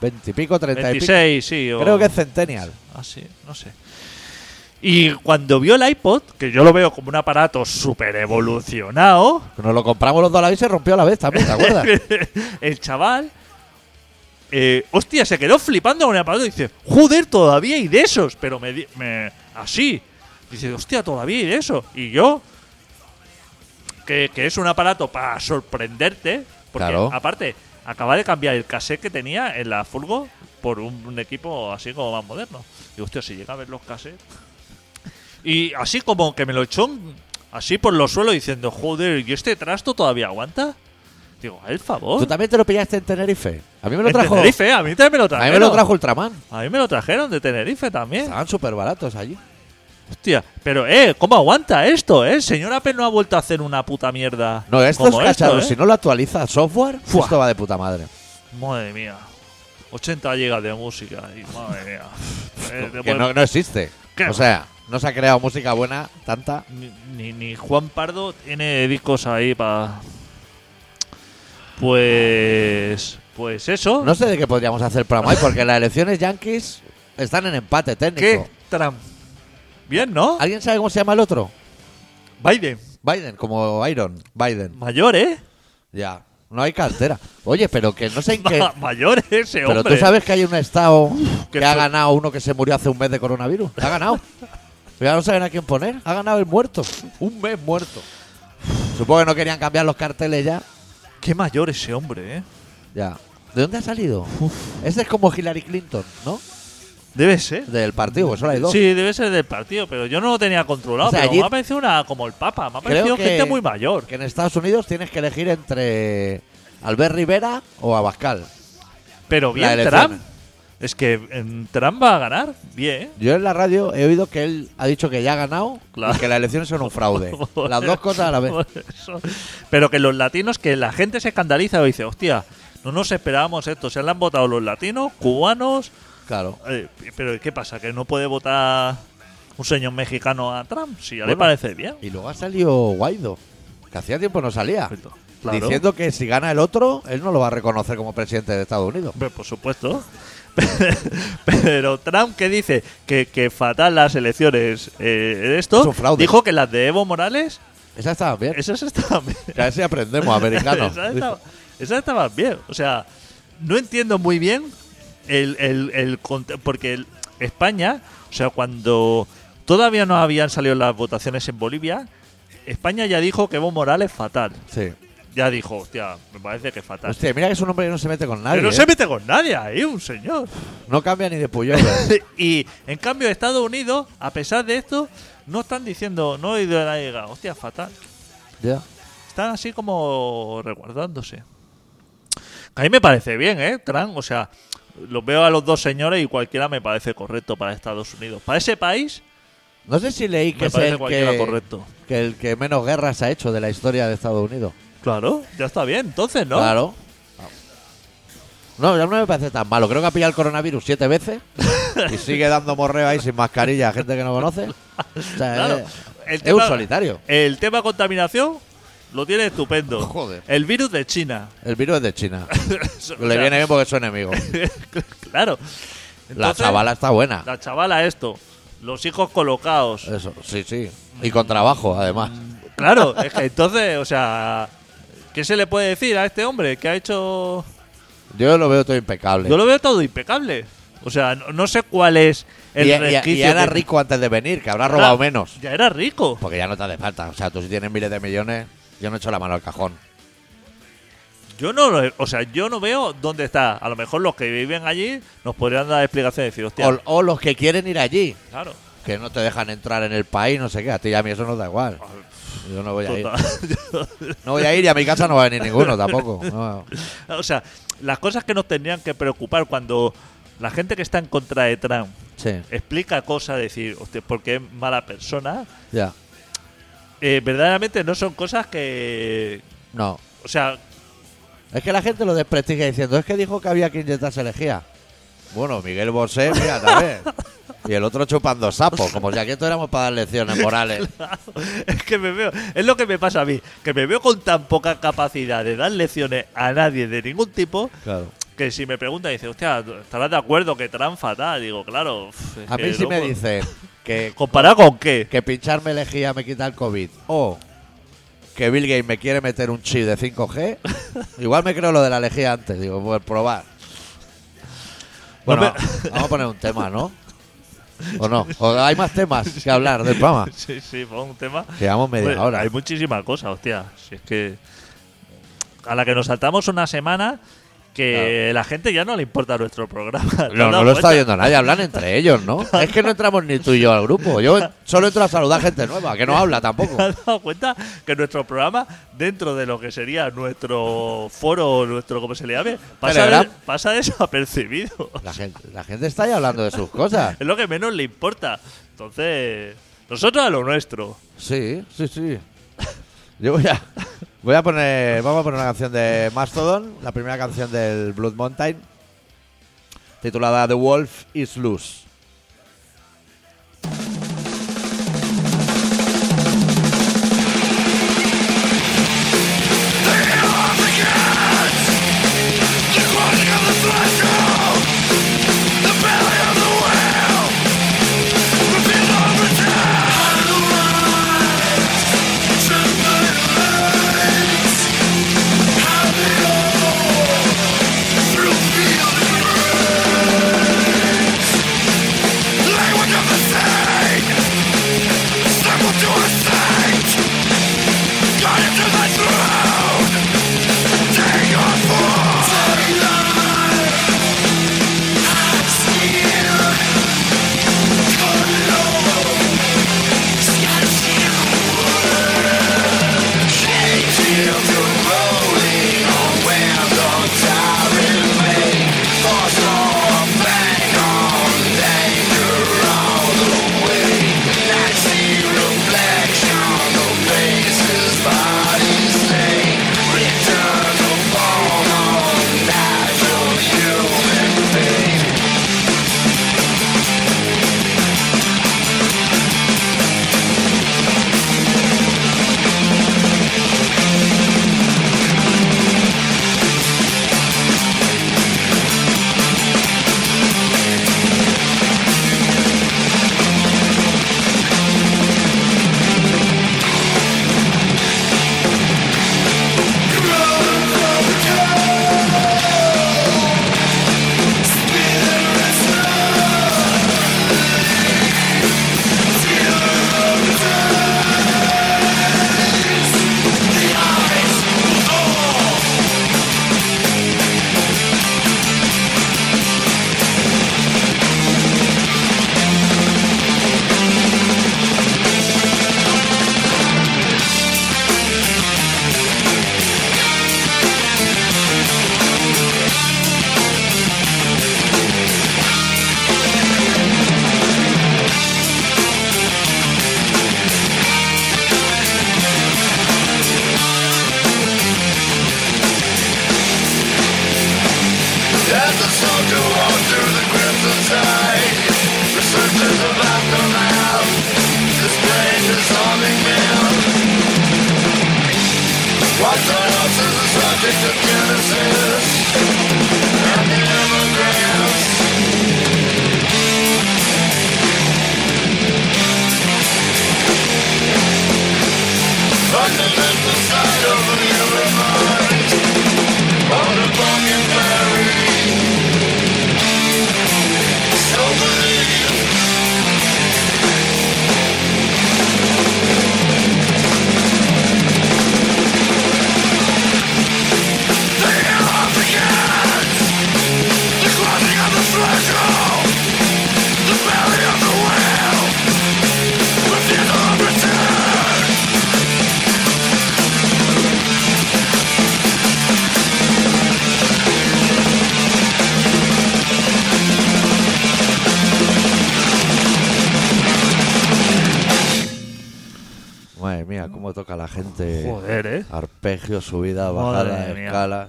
S1: ¿Veintipico, treinta y pico?
S3: 26, sí. o-
S1: Creo que es Centennial.
S3: Ah, sí, no sé. Y cuando vio el iPod, que yo lo veo como un aparato súper evolucionado,
S1: Nos lo compramos los dos a la vez y se rompió a la vez también, ¿te acuerdas?
S3: el chaval, eh, hostia, se quedó flipando con el aparato y dice, joder, todavía hay de esos, pero me, di- me- así. Dice, hostia, todavía hay de esos. Y yo, que, que es un aparato para sorprenderte, porque
S1: Claro.
S3: aparte, acaba de cambiar el cassette que tenía en la Furgo por un, un equipo así como más moderno. Y hostia, si llega a ver los cassettes. Y así como que me lo echó un- así por los suelos diciendo, joder, ¿y este trasto todavía aguanta? Digo, el favor.
S1: ¿Tú también te lo pillaste en Tenerife? A mí me lo
S3: En
S1: trajo...
S3: Tenerife, a mí también me lo
S1: A
S3: trajeron.
S1: mí me lo trajo Ultraman.
S3: A mí me lo trajeron de Tenerife también.
S1: Estaban súper baratos allí.
S3: Hostia, pero eh, ¿cómo aguanta esto, eh? El Señor Apple no ha vuelto a hacer una puta mierda.
S1: No, estos
S3: como
S1: cacharros,
S3: esto,
S1: si
S3: ¿eh?
S1: no lo actualiza software,
S3: Fua.
S1: esto va de puta madre.
S3: ¿eh? Madre mía. 80 gigas de música y madre mía. Eh,
S1: Que
S3: bueno,
S1: no, no existe.
S3: ¿Qué?
S1: O sea, no se ha creado música buena tanta.
S3: ni, ni- ni Juan Pardo tiene discos ahí para. Pues. Pues eso.
S1: No sé de qué podríamos hacer programa hoy, porque las elecciones yankees están en empate técnico.
S3: ¿Qué? Tram. Bien, ¿no?
S1: ¿Alguien sabe cómo se llama el otro?
S3: Biden.
S1: Biden, como Iron. Biden.
S3: Mayor, ¿eh?
S1: Ya. No hay cartera. Oye, pero que no sé en qué.
S3: Ma- mayor ese
S1: Pero
S3: hombre.
S1: tú sabes que hay un estado
S3: qué
S1: que ha
S3: fe-
S1: ganado uno que se murió hace un mes de coronavirus. Ha ganado. Ya no saben a quién poner. Ha ganado el muerto. Un mes muerto. Supongo que no querían cambiar los carteles ya.
S3: Qué mayor ese hombre, ¿eh?
S1: Ya. ¿De dónde ha salido? Ese es como Hillary Clinton, ¿no?
S3: Debe ser.
S1: Del partido, pues solo hay dos.
S3: Sí, debe ser del partido, pero yo no lo tenía controlado.
S1: O sea,
S3: pero
S1: allí-
S3: me ha parecido una como el Papa, me ha
S1: Creo
S3: parecido
S1: que-
S3: gente muy mayor.
S1: Que en Estados Unidos tienes que elegir entre Albert Rivera o Abascal.
S3: Pero
S1: La
S3: bien,
S1: elección.
S3: Trump. Es que em, Trump va a ganar. Bien.
S1: Yo en la radio he oído que él ha dicho que ya ha ganado
S3: Claro.
S1: y que las elecciones son un fraude. Las dos cosas a la vez.
S3: Eso. Pero que los latinos, que la gente se escandaliza y dice, hostia, no nos esperábamos esto. Se le han votado los latinos, cubanos.
S1: Claro.
S3: eh, pero ¿qué pasa? ¿Que no puede votar un señor mexicano a Trump? Si ya le
S1: Bueno.
S3: parece bien.
S1: Y luego ha salido Guaido, que hacía tiempo no salía.
S3: Perfecto. Claro.
S1: Diciendo que si gana el otro, él no lo va a reconocer como presidente de Estados Unidos.
S3: Hombre, por supuesto. Pero Trump que dice que, que fatal las elecciones eh, de esto,
S1: Es un fraude.
S3: dijo que las de Evo Morales
S1: Esa estaba bien.
S3: Esas estaban bien.
S1: A ver si aprendemos americano.
S3: Esas estaban, esas estaban bien. O sea, no entiendo muy bien el, el- el conte- porque el- España, o sea, cuando todavía no habían salido las votaciones en Bolivia, España ya dijo que Evo Morales fatal.
S1: Sí.
S3: Ya dijo, hostia, me parece que fatal.
S1: Hostia, mira que es un hombre que no se mete con nadie.
S3: Pero no
S1: ¿eh?
S3: se mete con nadie ahí, un señor.
S1: No cambia ni de ¿eh? puyol.
S3: y en cambio, Estados Unidos, a pesar de esto, no están diciendo, no he ido a la liga, hostia, fatal.
S1: ya.
S3: Están así como resguardándose. Que a mí me parece bien, ¿eh? Trump, o sea, los veo a los dos señores y cualquiera me parece correcto para Estados Unidos. Para ese país,
S1: No sé si leí que
S3: me
S1: es el
S3: parece cualquiera
S1: que,
S3: correcto.
S1: que el que menos guerras ha hecho de la historia de Estados Unidos.
S3: Claro, ya está bien, entonces, ¿no?
S1: Claro. No, ya no me parece tan malo. Creo que ha pillado el coronavirus siete veces y sigue dando morreo ahí sin mascarilla a gente que no conoce. O sea,
S3: Claro.
S1: es-
S3: El
S1: eh, es,
S3: tema-
S1: un solitario.
S3: El tema contaminación lo tiene estupendo.
S1: Joder.
S3: El virus de China.
S1: El virus es de China.
S3: O
S1: Le
S3: sea,
S1: viene bien porque es su enemigo.
S3: claro.
S1: la
S3: Entonces,
S1: chavala está buena.
S3: La chavala esto. Los hijos colocados.
S1: Eso, sí, sí. Y con trabajo, además.
S3: Claro, es que entonces, o sea, ¿qué se le puede decir a este hombre que ha hecho?
S1: Yo lo veo todo impecable.
S3: Yo lo veo todo impecable. O sea, no, no sé cuál es el
S1: y, y- y
S3: resquicio
S1: era
S3: que- Ah,
S1: rico antes de venir, que habrá robado menos.
S3: Ya era rico.
S1: Porque ya no te hace falta. O sea, tú si tienes miles de millones, yo no echo la mano al cajón.
S3: Yo no, lo- o sea, yo no veo dónde está. A lo mejor los que viven allí nos podrían dar explicaciones y decir, hostia,
S1: O, o los que quieren ir allí,
S3: claro.
S1: que no te dejan entrar en el país, no sé qué. A ti y a mí eso nos da igual. Yo no voy a ir.
S3: Total.
S1: No voy a ir y a mi casa no va a venir ninguno tampoco. No.
S3: o sea, las cosas que nos tendrían que preocupar cuando la gente que está en contra de Trump
S1: Sí,
S3: explica cosas, decir, hostia, porque es mala persona,
S1: ya.
S3: eh, verdaderamente no son cosas que.
S1: No.
S3: O sea,
S1: Es que la gente lo desprestigia diciendo, es que dijo que había que inyectarse lejía. Bueno, Miguel Bosé, mira, también. Y el otro chupando sapos, como si aquí estuviéramos para dar lecciones morales.
S3: es que me veo. Es lo que me pasa a mí, que me veo con tan poca capacidad de dar lecciones a nadie de ningún tipo.
S1: Claro.
S3: Que si me pregunta, dice, hostia, ¿estarás de acuerdo que Trump fatal? Digo, claro. pf, es
S1: A
S3: que
S1: mí sí me
S3: luego-
S1: dicen que,
S3: ¿Comparado con qué?
S1: que pincharme lejía me quita el COVID o que Bill Gates me quiere meter un chip de 5G, igual me creo lo de la lejía antes. Digo, pues probar. Bueno,
S3: No
S1: vamos a poner un tema, ¿no? ¿O no? ¿O hay más temas que hablar del programa?
S3: Sí, sí, fue un tema.
S1: Llevamos media
S3: Hombre,
S1: hora.
S3: Hay muchísimas cosas, hostia. Si es que. A la que nos saltamos una semana que la gente ya no le importa nuestro programa. ¿Te has
S1: No, no
S3: dado
S1: lo está
S3: cuenta?
S1: viendo nadie, hablan entre ellos, ¿no? Es que no entramos ni tú y yo al grupo. Yo solo entro a saludar gente nueva, que no habla tampoco.
S3: ¿Te has dado cuenta que nuestro programa, dentro de lo que sería nuestro foro, nuestro, ¿cómo se le llame? Pasa, de-
S1: Telegram.
S3: pasa desapercibido.
S1: La gente, la gente está ahí hablando de sus cosas.
S3: Es lo que menos le importa. Entonces, nosotros a lo nuestro.
S1: Sí, sí, sí. Yo voy a, voy a poner. Vamos a poner una canción de Mastodon, la primera canción del Blood Mountain, titulada The Wolf is Loose.
S4: Through fields and
S1: Madre mía, cómo toca la gente.
S3: Joder, ¿eh?
S1: Arpegio, subida, bajada,
S3: Madre mía.
S1: escala.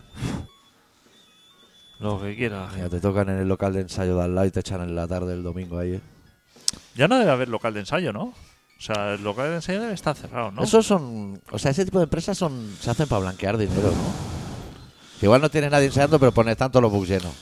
S3: Lo que quiera.
S1: Mira, te tocan en el local de ensayo de al lado y te echan en la tarde el domingo ahí. ¿eh?
S3: Ya no debe haber local de ensayo, ¿no? O sea, el local de ensayo debe estar cerrado, ¿no?
S1: Esos son. O sea, ese tipo de empresas son se hacen para blanquear dinero, ¿no? Igual no tiene nadie ensayando, pero pones tanto los bugs llenos.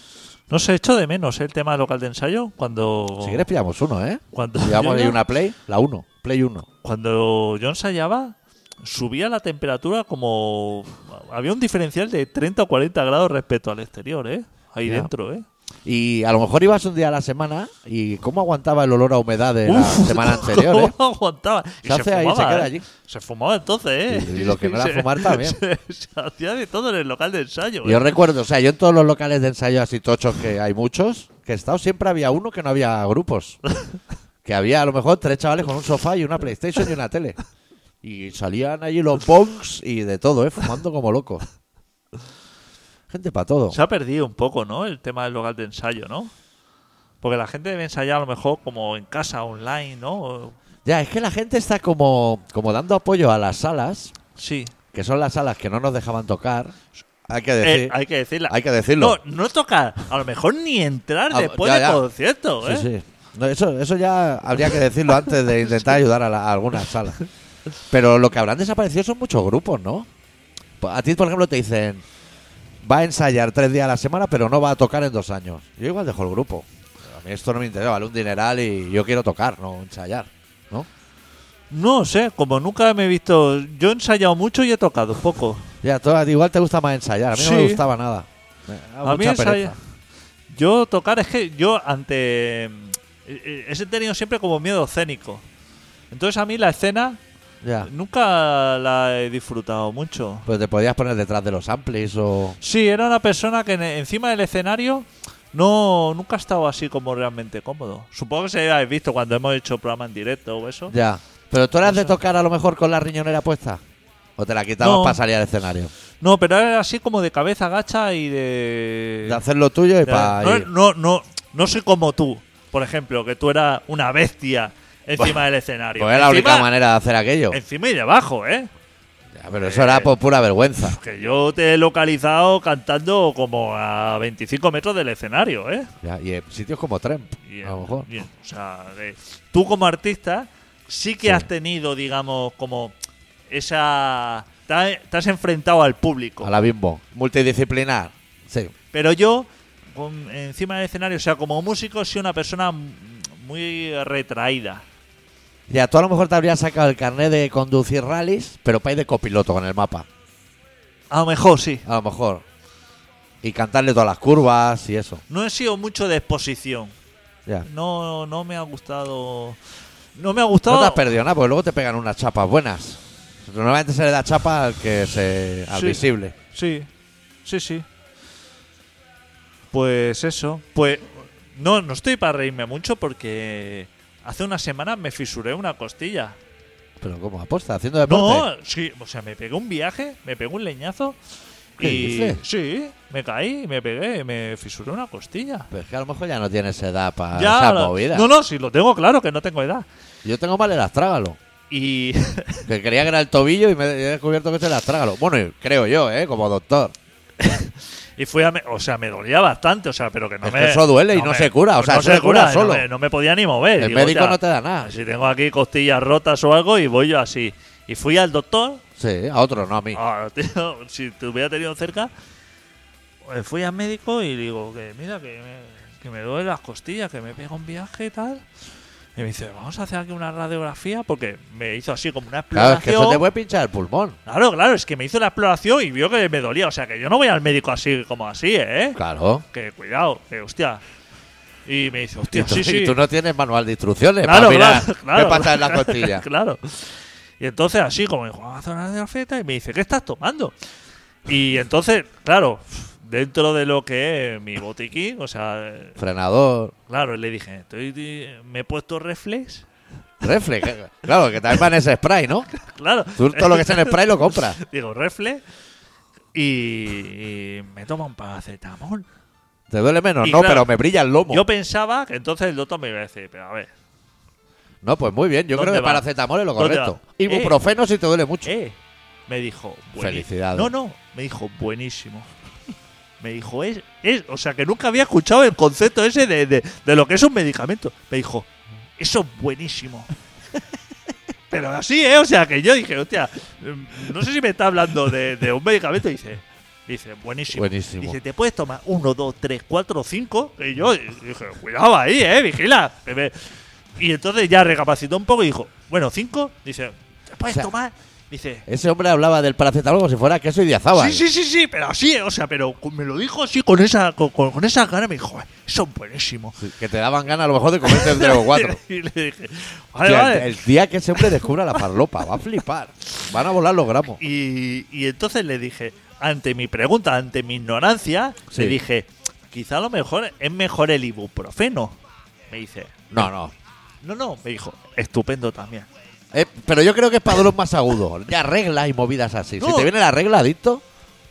S3: No sé, echo de menos ¿eh? el tema del local de ensayo cuando.
S1: Si quieres, pillamos uno, ¿eh?
S3: cuando
S1: Llevamos
S3: Oh. yo-
S1: ahí una Play, la 1, Play 1.
S3: Cuando yo ensayaba, subía la temperatura como. Había un diferencial de 30 o 40 grados respecto al exterior, ¿eh? Ahí
S1: Ya.
S3: dentro, ¿eh?
S1: Y a lo mejor ibas un día a la semana y cómo aguantaba el olor a humedad de la
S3: Uf,
S1: semana anterior,
S3: ¿cómo
S1: ¿eh?
S3: aguantaba? Y
S1: Se hace ahí, se
S3: fumaba,
S1: queda
S3: ¿eh?
S1: allí.
S3: Se fumaba entonces, ¿eh?
S1: Y- y lo que no era
S3: Se-
S1: fumar también.
S3: Se, se hacía de todo en el local de ensayo. ¿eh?
S1: Yo recuerdo, o sea, yo en todos los locales de ensayo así tochos que hay muchos, que he estado siempre había uno que no había grupos. Que había a lo mejor tres chavales con un sofá y una PlayStation y una tele. Y salían allí los bongs y de todo, ¿eh? Fumando como locos. Gente para todo.
S3: Se ha perdido un poco, ¿no? El tema del local de ensayo, ¿no? Porque la gente debe ensayar a lo mejor como en casa, online, ¿no?
S1: Ya, es que la gente está como, como dando apoyo a las salas,
S3: Sí.
S1: que son las salas que no nos dejaban tocar. Hay que
S3: Eh,
S1: decir.
S3: hay que decirla.
S1: hay que decirlo.
S3: No, no toca, a lo mejor ni entrar
S1: Ah,
S3: después
S1: ya,
S3: del
S1: ya.
S3: concierto, ¿eh?
S1: Sí, sí. No, eso, eso ya habría que decirlo antes de intentar ayudar a, la- a alguna sala. Pero lo que habrán desaparecido son muchos grupos, ¿no? Pa- A ti, por ejemplo, te dicen, va a ensayar tres días a la semana, pero no va a tocar en dos años. Yo igual dejo el grupo. A mí esto no me interesa, vale un dineral y yo quiero tocar, no ensayar, ¿no?
S3: No sé, como nunca me he visto. Yo he ensayado mucho y he tocado poco.
S1: Ya, tú- a ti igual te gusta más ensayar, a mí no me
S3: Sí.
S1: gustaba nada. Me daba
S3: A mí
S1: Ah, mucha
S3: ensaya-
S1: pereza.
S3: Yo tocar es que yo ante. eh, eh, He tenido siempre como miedo escénico. Entonces a mí la escena
S1: Ya.
S3: nunca la he disfrutado mucho.
S1: Pues te podías poner detrás de los amplis o...
S3: Sí, era una persona que en- encima del escenario no nunca ha estado así como realmente cómodo. Supongo que se habéis visto cuando hemos hecho programa en directo o eso.
S1: Ya. Pero tú eras de tocar a lo mejor con la riñonera puesta. ¿O te la quitabas
S3: No.
S1: para salir al escenario?
S3: No, pero era así como de cabeza gacha y de.
S1: De hacer lo tuyo y
S3: de-
S1: para
S3: no,
S1: ir.
S3: no, no, no soy como tú, por ejemplo, que tú eras una bestia encima del escenario.
S1: Pues era la
S3: encima,
S1: única manera de hacer aquello.
S3: Encima y debajo, ¿eh?
S1: Ya, pero eso era por pura vergüenza.
S3: Que yo te he localizado cantando como a 25 metros del escenario, ¿eh?
S1: Ya, y en sitios como Tremp,
S3: Y,
S1: a lo mejor.
S3: y, o sea, de- tú como artista sí que
S1: Sí.
S3: has tenido, digamos, como esa... Te has, te has enfrentado al público.
S1: A la bimbo. Multidisciplinar. Sí.
S3: Pero yo, con- encima del escenario, o sea, como músico, soy una persona mm, muy retraída.
S1: Ya, tú a lo mejor te habrías sacado el carnet de conducir rallies, pero para ir de copiloto con el mapa.
S3: A lo mejor sí.
S1: A lo mejor. Y cantarle todas las curvas y eso.
S3: No he sido mucho de exposición.
S1: Ya.
S3: No, no me ha gustado. No me ha gustado.
S1: No te has perdido nada, porque luego te pegan unas chapas buenas. Normalmente se le da chapa al que se. al
S3: Sí.
S1: visible.
S3: Sí, sí, sí. Pues eso. Pues no, no estoy para reírme mucho porque hace una semana me fisuré una costilla.
S1: Pero ¿cómo? ¿Aposta? ¿Haciendo deporte?
S3: No, sí, o sea, me pegué un viaje, me pegué un leñazo.
S1: ¿Qué
S3: y
S1: dices?
S3: sí, me caí, me pegué, me fisuré una costilla.
S1: Pero es que a lo mejor ya no tienes edad para
S3: Ya,
S1: esas
S3: lo-
S1: movidas.
S3: No, no, sí, lo tengo claro que no tengo edad.
S1: Yo tengo mal el astrágalo.
S3: Y
S1: Que creía que era el tobillo y me he descubierto que es el astrágalo. Bueno, y creo yo, ¿eh? Como doctor.
S3: Y fui a. me- o sea, me dolía bastante, o sea, pero que no
S1: Es
S3: me.
S1: que eso duele y no se cura, o sea,
S3: no
S1: eso se cura
S3: y
S1: solo.
S3: No me, no me podía ni mover.
S1: El
S3: Digo,
S1: médico
S3: "Hostia,
S1: no te da nada".
S3: Si tengo aquí costillas rotas o algo y voy yo así. Y fui al doctor
S1: Sí, a otro, no a mí.
S3: Ah, tío, si te hubiera tenido cerca, eh, fui al médico y digo que mira, que me, que me duelen las costillas, que me pega un viaje y tal. Y me dice, vamos a hacer aquí una radiografía porque me hizo así como una
S1: claro,
S3: exploración.
S1: es que eso te puede pinchar el pulmón.
S3: Claro, claro, es que me hizo la exploración y vio que me dolía. O sea, que yo no voy al médico así como así, ¿eh?
S1: Claro.
S3: Que cuidado, que hostia. Y me dice,
S1: Y
S3: hostia,
S1: tú,
S3: sí,
S1: y
S3: sí.
S1: tú no tienes manual de instrucciones
S3: claro,
S1: para mirar
S3: claro, claro.
S1: qué pasa en la costilla.
S3: claro. Y entonces así como me dijo, "Ah, vamos a hacer una radiografía y me dice, ¿qué estás tomando? Y entonces, claro, dentro de lo que es mi botiquín, o sea, eh,
S1: Frenador,
S3: claro, le dije, estoy, di- me he puesto reflex.
S1: reflex. que- Claro, que también van ese spray, ¿no?
S3: Claro.
S1: Tú todo lo que sea en spray lo compras.
S3: Digo, reflex. Y, y me toma un paracetamol.
S1: Te duele menos,
S3: Y
S1: no,
S3: claro,
S1: pero me brilla el lomo.
S3: Yo pensaba que entonces el doctor me iba a decir, pero a ver,
S1: no, pues muy bien. Yo creo
S3: ¿Dónde
S1: que
S3: va?
S1: paracetamol es lo
S3: ¿Dónde
S1: correcto.
S3: va?
S1: Ibuprofeno si te duele mucho.
S3: eh, me dijo, bueni-
S1: Felicidades.
S3: No, no, me dijo, buenísimo. Me dijo, es, es, o sea, que nunca había escuchado el concepto ese de, de- de lo que es un medicamento. Me dijo, eso es buenísimo. Pero así, ¿eh? O sea, que yo dije, hostia, mm, no sé si me está hablando de, de un medicamento. Dice, dice, buenísimo.
S1: Buenísimo.
S3: Dice, te puedes tomar uno, dos, tres, cuatro, cinco. Y yo dije, cuidado ahí, ¿eh? Vigila. que me- Y entonces ya recapacitó un poco y dijo, bueno, cinco. Dice, te puedes
S1: O sea,
S3: tomar. Dice,
S1: Ese hombre hablaba del paracetamol como si fuera queso y diazaba.
S3: Sí, sí, sí, sí, pero así, o sea, pero cu- me lo dijo así con esa con, con, con esa cara, me dijo, eso es buenísimo.
S1: Que te daban ganas a lo mejor de comerte tres o cuatro.
S3: y le dije, vale,
S1: Tío, el-
S3: vale.
S1: El, día que ese hombre descubra la farlopa, va a flipar. Van a volar los gramos.
S3: Y, y entonces le dije, ante mi pregunta, ante mi ignorancia,
S1: Sí.
S3: le dije, quizá a lo mejor es mejor el ibuprofeno. Me dice,
S1: No, no.
S3: no, no, me dijo, estupendo también.
S1: Eh, pero yo creo que es para dolores más agudos. Ya reglas y movidas así. Si
S3: No.
S1: te viene la regla, adicto.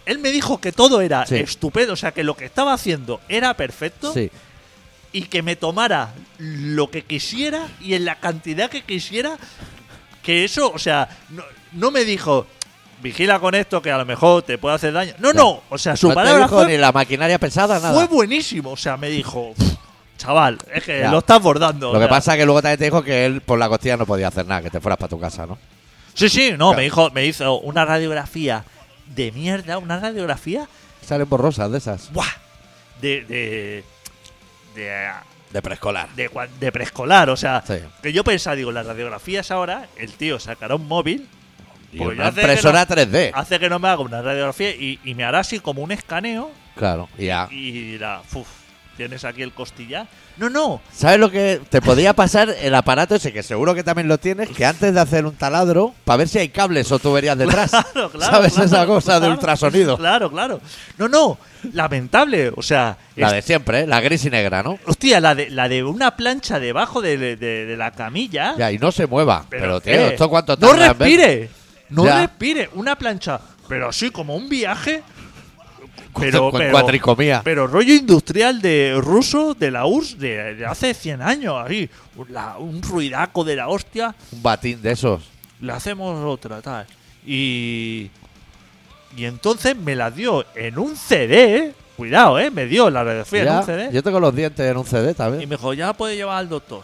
S3: Él me dijo que todo era
S1: Sí.
S3: estupendo, o sea, que lo que estaba haciendo era perfecto.
S1: Sí.
S3: y que me tomara lo que quisiera y en la cantidad que quisiera. Que eso, o sea, no, no me dijo, vigila con esto que a lo mejor te puede hacer daño. No,
S1: Ya.
S3: no, o sea, su
S1: no te
S3: palabra
S1: dijo
S3: fue,
S1: ni la maquinaria pesada, nada.
S3: fue buenísimo. O sea, me dijo, chaval, es que
S1: Ya.
S3: lo estás bordando.
S1: Lo que
S3: o sea,
S1: pasa es que luego también te dijo que él por la costilla no podía hacer nada, que te fueras para tu casa, ¿no?
S3: Sí, sí, no,
S1: Claro.
S3: me, dijo, me hizo una radiografía de mierda, una radiografía,
S1: Salen borrosas de esas.
S3: ¡buah! De. de. de,
S1: De preescolar.
S3: de cua- de preescolar, o sea,
S1: Sí.
S3: que yo pensaba, digo, las radiografías ahora, el tío sacará un móvil
S1: Y
S3: Pues
S1: una
S3: hace que
S1: impresora
S3: no-
S1: 3D.
S3: hace que no me haga una radiografía y, y me hará así como un escaneo
S1: Claro, y ya.
S3: y dirá, uff, tienes aquí el costillar. No, no,
S1: ¿Sabes lo que te podía pasar el aparato ese que seguro que también lo tienes? Que antes de hacer un taladro, para ver si hay cables o tuberías detrás.
S3: claro, claro.
S1: ¿Sabes
S3: claro,
S1: esa cosa de
S3: claro.
S1: ultrasonido?
S3: Claro, claro. No, no, lamentable, o sea,
S1: La
S3: es-
S1: de siempre, ¿eh? la gris y negra, ¿no?
S3: hostia, la de, la de una plancha debajo de, de- de la camilla.
S1: Ya, y no se mueva. Pero, tío,
S3: eh,
S1: ¿esto cuánto
S3: No
S1: tarda en ver?
S3: respire, no
S1: Ya.
S3: respire, una plancha, pero así como un viaje.
S1: Cu-
S3: Pero,
S1: cu-
S3: pero-
S1: cuatricomía.
S3: Pero rollo industrial de ruso de la URSS de, de hace 100 años, ahí. la- un ruidaco de la hostia.
S1: Un batín de esos.
S3: Le hacemos otra, tal. Y. Y entonces me la dio en un CD. Cuidado, eh. Me dio la radiografía en
S1: Ya,
S3: un CD.
S1: Yo tengo los dientes en un CD
S3: Y
S1: también.
S3: me dijo, ya la puede llevar al doctor.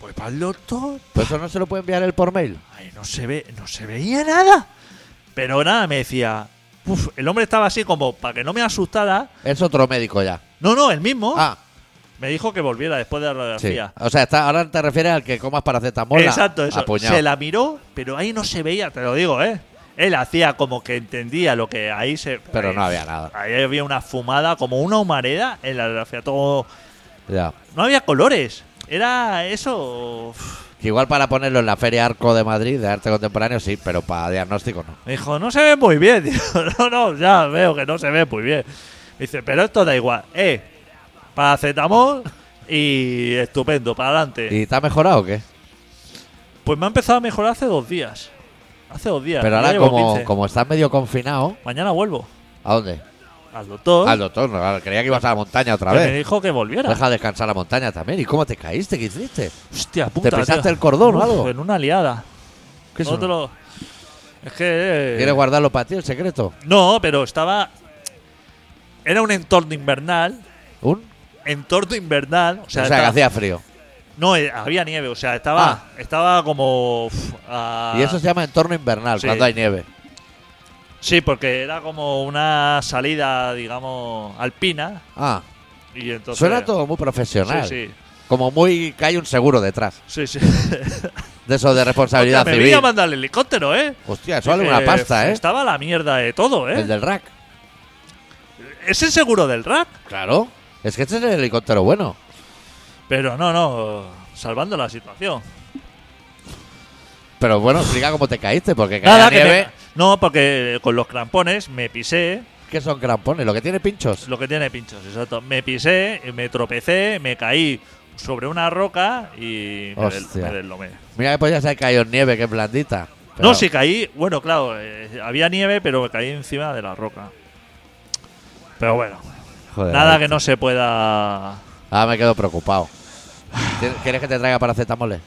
S3: Pues para el doctor.
S1: Pero eso no se lo puede enviar él por mail.
S3: Ay, no se ve, no se veía nada. Pero nada, me decía. "Uf", el hombre estaba así como para que no me asustara.
S1: Es otro médico ya.
S3: No, no, el mismo.
S1: Ah,
S3: Me dijo que volviera después de la
S1: sí.
S3: radiografía.
S1: O sea, está- ahora te refieres al que comas paracetamol. a-
S3: Exacto, eso.
S1: a puñado.
S3: Se la miró, pero ahí no se veía, te lo digo, ¿eh? Él hacía como que entendía lo que ahí se.
S1: Pero
S3: ahí-
S1: no había nada.
S3: Ahí había una fumada, como una humareda en la radiografía. Todo.
S1: Ya.
S3: No había colores. Era eso. uf.
S1: Que igual para ponerlo en la Feria Arco de Madrid de arte contemporáneo sí, pero para diagnóstico no.
S3: Me dijo, no se ve muy bien, tío. No, no, ya veo que no se ve muy bien. Dice, pero esto da igual. Eh, paracetamol y estupendo, para adelante.
S1: ¿Y te ha mejorado o qué?
S3: Pues me ha empezado a mejorar hace dos días. Hace dos días.
S1: Pero
S3: Ya
S1: ahora
S3: llevo
S1: como,
S3: 15.
S1: como estás medio confinado,
S3: Mañana vuelvo.
S1: ¿a dónde?
S3: Al doctor.
S1: Al doctor, no, creía que ibas a la montaña otra
S3: que me
S1: vez.
S3: dijo que volviera.
S1: Deja descansar la montaña también. ¿Y cómo te caíste? ¿Qué hiciste?
S3: Hostia, puta.
S1: pisaste
S3: tío.
S1: el cordón o
S3: Uf,
S1: algo?
S3: En una liada.
S1: ¿Qué es eso?
S3: Otro- Es que. eh,
S1: ¿Quieres guardarlo para ti el secreto?
S3: No, pero estaba. Era un entorno invernal.
S1: ¿Un?
S3: Entorno invernal. O sea,
S1: o sea, que
S3: estaba-
S1: hacía frío.
S3: no, eh, había nieve. O sea, estaba. Estaba como. uf, a-
S1: Ah. Y eso se llama entorno invernal,
S3: Sí.
S1: cuando hay nieve.
S3: Sí, porque era como una salida, digamos, alpina.
S1: Ah,
S3: Y entonces.
S1: suena todo muy profesional.
S3: Sí, sí.
S1: Como muy que hay un seguro detrás.
S3: Sí, sí.
S1: De eso de responsabilidad
S3: Hostia, me
S1: civil.
S3: vine a mandar el helicóptero, ¿eh?
S1: Hostia, eso vale
S3: Eh,
S1: una pasta, ¿eh?
S3: Estaba la mierda de todo, ¿eh?
S1: El del rack.
S3: Es el seguro del rack.
S1: Claro. Es que este es el helicóptero bueno.
S3: Pero no, no. Salvando la situación.
S1: Pero bueno, explica cómo te caíste, porque cae
S3: Nada,
S1: la
S3: que
S1: nieve.
S3: me- No, porque con los crampones me pisé.
S1: ¿Qué son crampones? Lo que tiene pinchos.
S3: Lo que tiene pinchos, exacto. Me pisé, me tropecé, me caí sobre una roca y me, del-
S1: Hostia.
S3: me deslomé.
S1: Mira que podías haber caído en nieve, que es blandita. Pero-
S3: No, sí caí. Bueno, claro, eh, había nieve, pero me caí encima de la roca. Pero bueno,
S1: Joder,
S3: nada que no se pueda.
S1: Ahora me quedo preocupado. ¿Tien- ¿Quieres que te traiga paracetamol?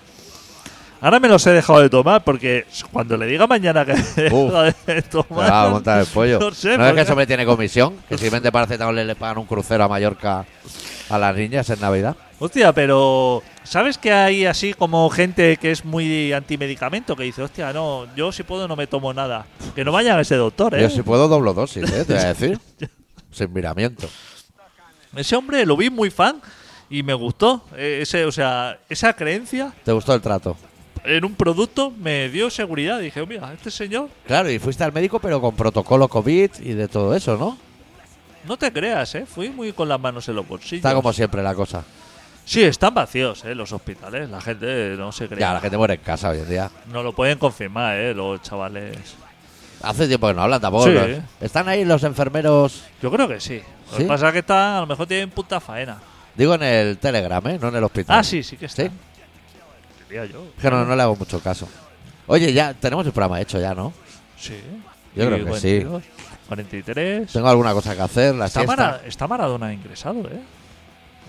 S3: Ahora me los he dejado de tomar porque cuando le diga mañana que he dejado de tomar.
S1: Claro, montar el pollo.
S3: No sé,
S1: es
S3: porque-
S1: que eso me tiene comisión, que si vende paracetamol le pagan un crucero a Mallorca a las niñas en Navidad.
S3: Hostia, pero ¿sabes que hay así como gente que es muy antimedicamento? Que dice, hostia, no, yo si puedo no me tomo nada. Que no vayan a ese doctor, ¿eh?
S1: Yo si puedo doblo dosis, ¿eh? te voy a decir. Sin miramiento.
S3: Ese hombre lo vi muy fan y me gustó. Eh, Ese, o sea, esa creencia
S1: ¿Te gustó el trato?
S3: en un producto me dio seguridad. Dije, mira, este señor,
S1: Claro, y fuiste al médico pero con protocolo COVID y de todo eso, ¿no?
S3: no te creas, ¿eh? Fui muy con las manos en los bolsillos.
S1: Está como siempre la cosa.
S3: Sí, están vacíos, ¿eh? Los hospitales. La gente eh, no se cree.
S1: Ya, la gente muere en casa hoy en día.
S3: No lo pueden confirmar, ¿eh? Los chavales.
S1: Hace tiempo que no hablan tampoco.
S3: Sí.
S1: ¿no? Están ahí los enfermeros,
S3: Yo creo que sí. Lo
S1: ¿Sí?
S3: que pasa es que están, a lo mejor tienen puta faena.
S1: digo en el Telegram, ¿eh? No en el hospital.
S3: Ah, sí, sí que están.
S1: Sí.
S3: Diría yo.
S1: Es que no, no le hago mucho caso. Oye, ya tenemos el programa hecho ya, ¿no?
S3: Sí.
S1: Yo creo que sí.
S3: 42, 43.
S1: Tengo alguna cosa que hacer, la
S3: Está,
S1: siesta.
S3: Mara- está Maradona ingresado, ¿eh?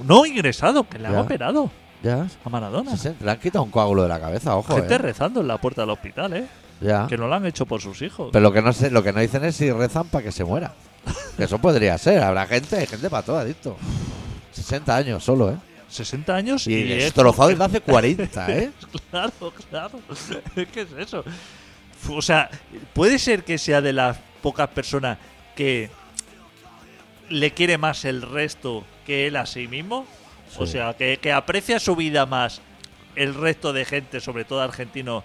S3: No ingresado, que le han
S1: Ya.
S3: operado
S1: Ya.
S3: a Maradona.
S1: Sí, sí, le han quitado un coágulo de la cabeza, ojo.
S3: Gente
S1: eh.
S3: rezando en la puerta del hospital, ¿eh?
S1: Ya.
S3: Que no lo han hecho por sus hijos.
S1: Ah. Pero lo que no sé, lo que no dicen es si rezan para que se muera. que eso podría ser. Habrá gente, hay gente para todo, adicto. 60 años solo, ¿eh?
S3: 60 años
S1: Y,
S3: y, es-
S1: destrozado desde hace 40, ¿eh?
S3: Claro, claro. ¿Qué es eso? O sea, puede ser que sea de las pocas personas que le quiere más el resto que él a sí mismo. O
S1: Sí.
S3: sea, que, que aprecia su vida más el resto de gente, sobre todo argentino,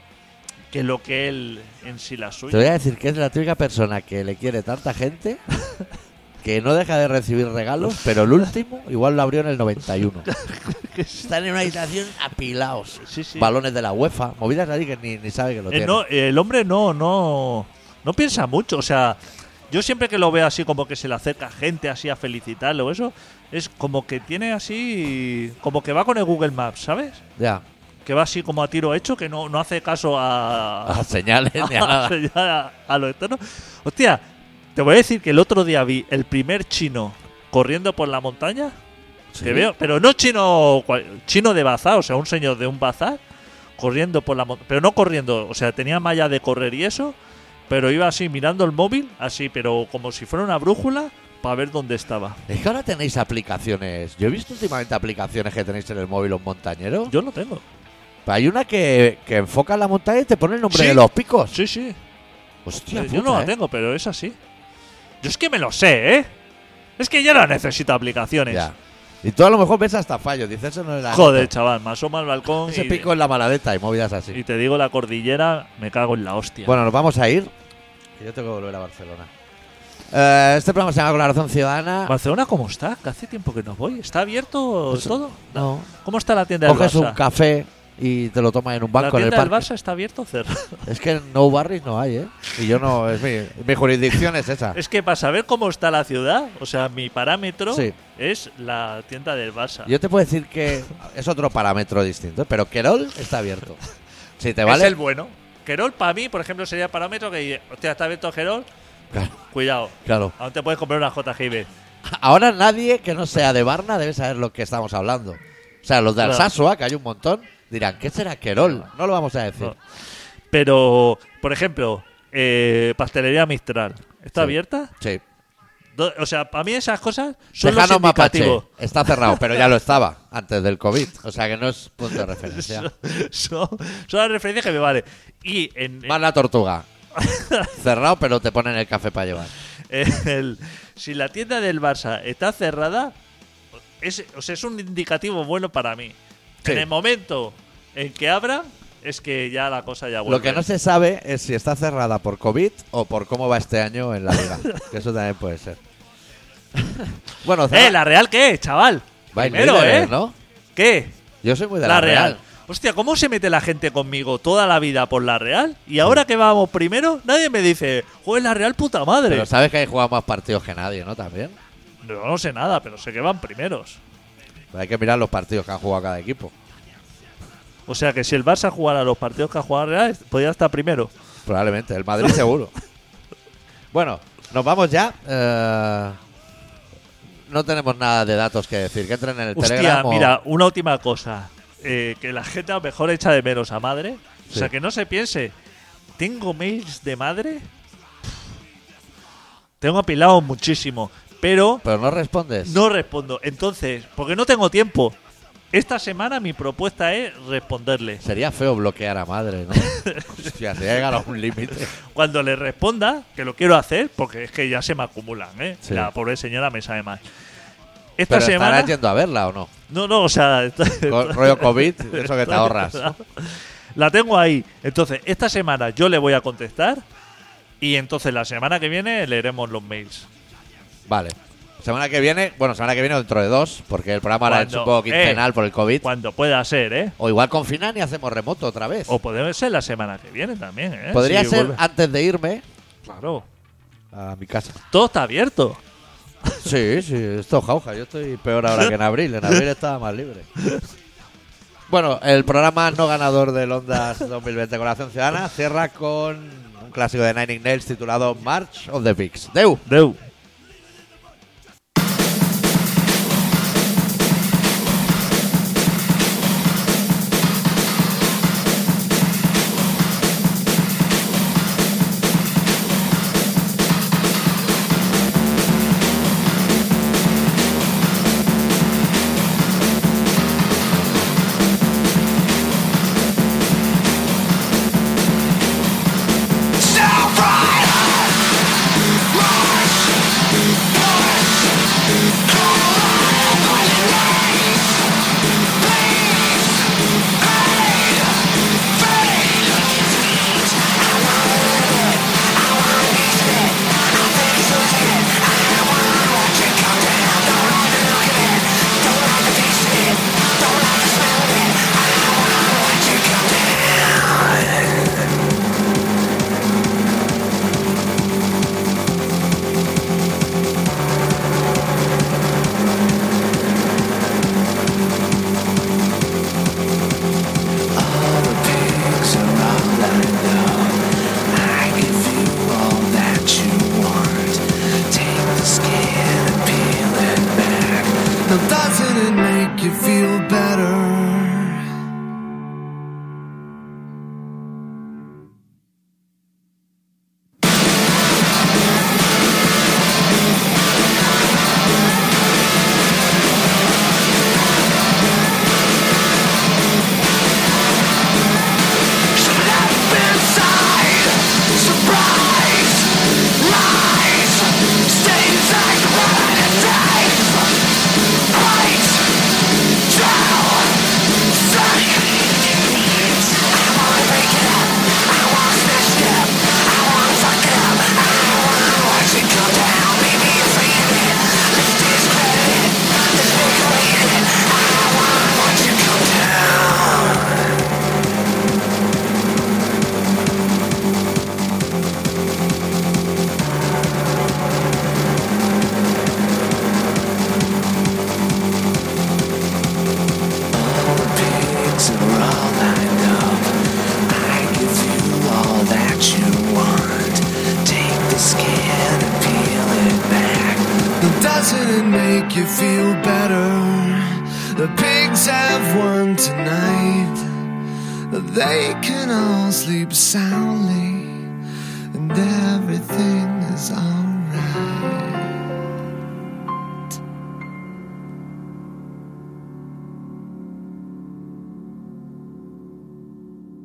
S3: que lo que él en sí la
S1: Te
S3: suya.
S1: voy a decir que es la típica persona que le quiere tanta gente que no deja de recibir regalos, pero el último igual lo abrió en el 91. Están en una habitación apilados.
S3: Sí, sí.
S1: Balones de la UEFA, movidas así que ni, ni sabe que lo
S3: Eh,
S1: tiene.
S3: no, el hombre no, no, no piensa mucho. O sea, yo siempre que lo veo así, como que se le acerca gente así a felicitarle o eso, es como que tiene así, como que va con el Google Maps, ¿sabes?
S1: Ya.
S3: Que va así como a tiro hecho, que no, no hace caso a,
S1: A señales ni a nada.
S3: a, a lo externo. Hostia, te voy a decir que el otro día vi el primer chino corriendo por la montaña.
S1: Sí.
S3: Que veo, pero no chino cual- chino de bazar, o sea, un señor de un bazar corriendo por la montaña, pero no corriendo, o sea, tenía malla de correr y eso, pero iba así mirando el móvil, así, pero como si fuera una brújula para ver dónde estaba.
S1: Es que ahora tenéis aplicaciones. Yo he visto últimamente aplicaciones que tenéis en el móvil los montañeros.
S3: Yo lo tengo.
S1: Hay una que, que enfoca la montaña y te pone el nombre
S3: Sí.
S1: de los picos.
S3: Sí, sí.
S1: Hostia,
S3: yo no
S1: puta,
S3: la
S1: ¿eh?
S3: tengo, pero es así. Yo es que me lo sé, ¿eh? Es que yo no necesito aplicaciones.
S1: Ya. Y tú a lo mejor ves hasta fallo. Dices, eso no era.
S3: Joder,
S1: esto".
S3: chaval, me asomo al balcón
S1: Ese
S3: y,
S1: pico en la maladeta y movidas así.
S3: y te digo la cordillera, me cago en la hostia.
S1: Bueno, nos vamos a ir. Que yo tengo que volver a Barcelona. Eh, este programa se llama Con la Razón Ciudadana.
S3: ¿Barcelona cómo está? Que hace tiempo que no voy. ¿Está abierto
S1: Ah. Pues,
S3: todo?
S1: No.
S3: ¿Cómo está la tienda del
S1: Coges un
S3: Barça?
S1: café y te lo tomas en un
S3: ¿La
S1: banco en el
S3: tienda del
S1: parque.
S3: Barça está abierta o cerrada?
S1: Es que en No Barris no hay, ¿eh? Y yo no. Es mi, mi jurisdicción es esa.
S3: Es que para saber cómo está la ciudad, o sea, mi parámetro
S1: Sí.
S3: es la tienda del Barça.
S1: Yo te puedo decir que es otro parámetro distinto, pero Querol está abierto. Si te
S3: Es
S1: vale.
S3: el bueno. Querol para mí, por ejemplo, sería el parámetro que dice, hostia, está abierto Querol,
S1: Claro,
S3: cuidado,
S1: claro.
S3: aún te puedes comprar una JGB.
S1: Ahora nadie que no sea de Barna debe saber lo que estamos hablando. O sea, los de
S3: Claro.
S1: Alsasua, que hay un montón, dirán, ¿qué será Querol? No lo vamos a decir.
S3: No. Pero, por ejemplo, eh, Pastelería Mistral, ¿está
S1: Sí.
S3: abierta?
S1: Sí.
S3: Do- O sea, para mí esas cosas son los
S1: Tejano Mapache
S3: indicativos.
S1: está cerrado, pero ya lo estaba antes del COVID. O sea que no es punto de referencia.
S3: Son, son las referencias que me vale. Y en,
S1: Más la tortuga. Cerrado, pero te ponen el café para llevar.
S3: en el- si la tienda del Barça está cerrada, es, o sea, es un indicativo bueno para mí.
S1: Sí.
S3: En el momento en que abra, es que ya la cosa ya vuelve.
S1: Lo que no se sabe es si está cerrada por COVID o por cómo va este año en la liga. que eso también puede ser. Bueno,
S3: ¡Eh,
S1: cerra-
S3: la Real qué es, chaval!
S1: vais
S3: Primero,
S1: líderes,
S3: ¿eh?
S1: ¿no?
S3: ¿Qué?
S1: Yo soy muy de
S3: La,
S1: la,
S3: Real. Hostia, ¿cómo se mete la gente conmigo toda la vida por la Real? Y ahora que vamos primero, nadie me dice, joder, la Real puta madre.
S1: Pero sabes que hay jugado más partidos que nadie, ¿no? También.
S3: No, no sé nada, pero sé que van primeros.
S1: Pero hay que mirar los partidos que han jugado cada equipo.
S3: O sea que si el Barça jugara los partidos que ha jugado la Real, podría estar primero.
S1: Probablemente, el Madrid seguro. bueno, nos vamos ya. Eh, no tenemos nada de datos que decir. Que entren en el
S3: Hostia,
S1: Telegram. o-
S3: mira, una última cosa. Eh, que la gente a lo mejor echa de menos a madre. O
S1: Sí.
S3: sea, que no se piense, ¿tengo mails de madre? Tengo apilado muchísimo, pero
S1: Pero no respondes.
S3: no respondo. Entonces, porque no tengo tiempo. Esta semana mi propuesta es responderle.
S1: Sería feo bloquear a madre, ¿no? Hostia, se llega a un límite.
S3: Cuando le responda, que lo quiero hacer, porque es que ya se me acumulan, ¿eh?
S1: Sí.
S3: La pobre señora me sabe mal. Esta
S1: Pero
S3: semana...
S1: estarás yendo a verla o no?
S3: No, no, o sea...
S1: Co- rollo COVID, eso que te ahorras.
S3: La tengo ahí. Entonces, esta semana yo le voy a contestar y entonces la semana que viene leeremos los mails.
S1: Vale. Semana que viene, bueno, semana que viene o dentro de dos, porque el programa ahora es
S3: Cuando-
S1: un poco
S3: eh,
S1: quincenal por el COVID.
S3: Cuando pueda ser, ¿eh?
S1: O igual confinan y hacemos remoto otra vez.
S3: O puede ser la semana que viene también, Oh, ¿eh?
S1: Podría
S3: Si
S1: ser
S3: vuelve-
S1: antes de irme
S3: Claro.
S1: a mi casa.
S3: Todo está abierto.
S1: Sí, sí, esto es jauja. Yo estoy peor ahora que en abril. En abril estaba más libre. Bueno, el programa no ganador del Ondas 2020 con la Acción Ciudadana cierra con un clásico de Nine Inch Nails titulado March of the Pigs. ¡Deu!
S3: Deu.
S2: Doesn't it make you feel better? Pigs are all lined up. I give you all that you want. Take the skin and peel it back. Doesn't it make you feel better? The pigs have won tonight. They can all sleep soundly, and everything is alright.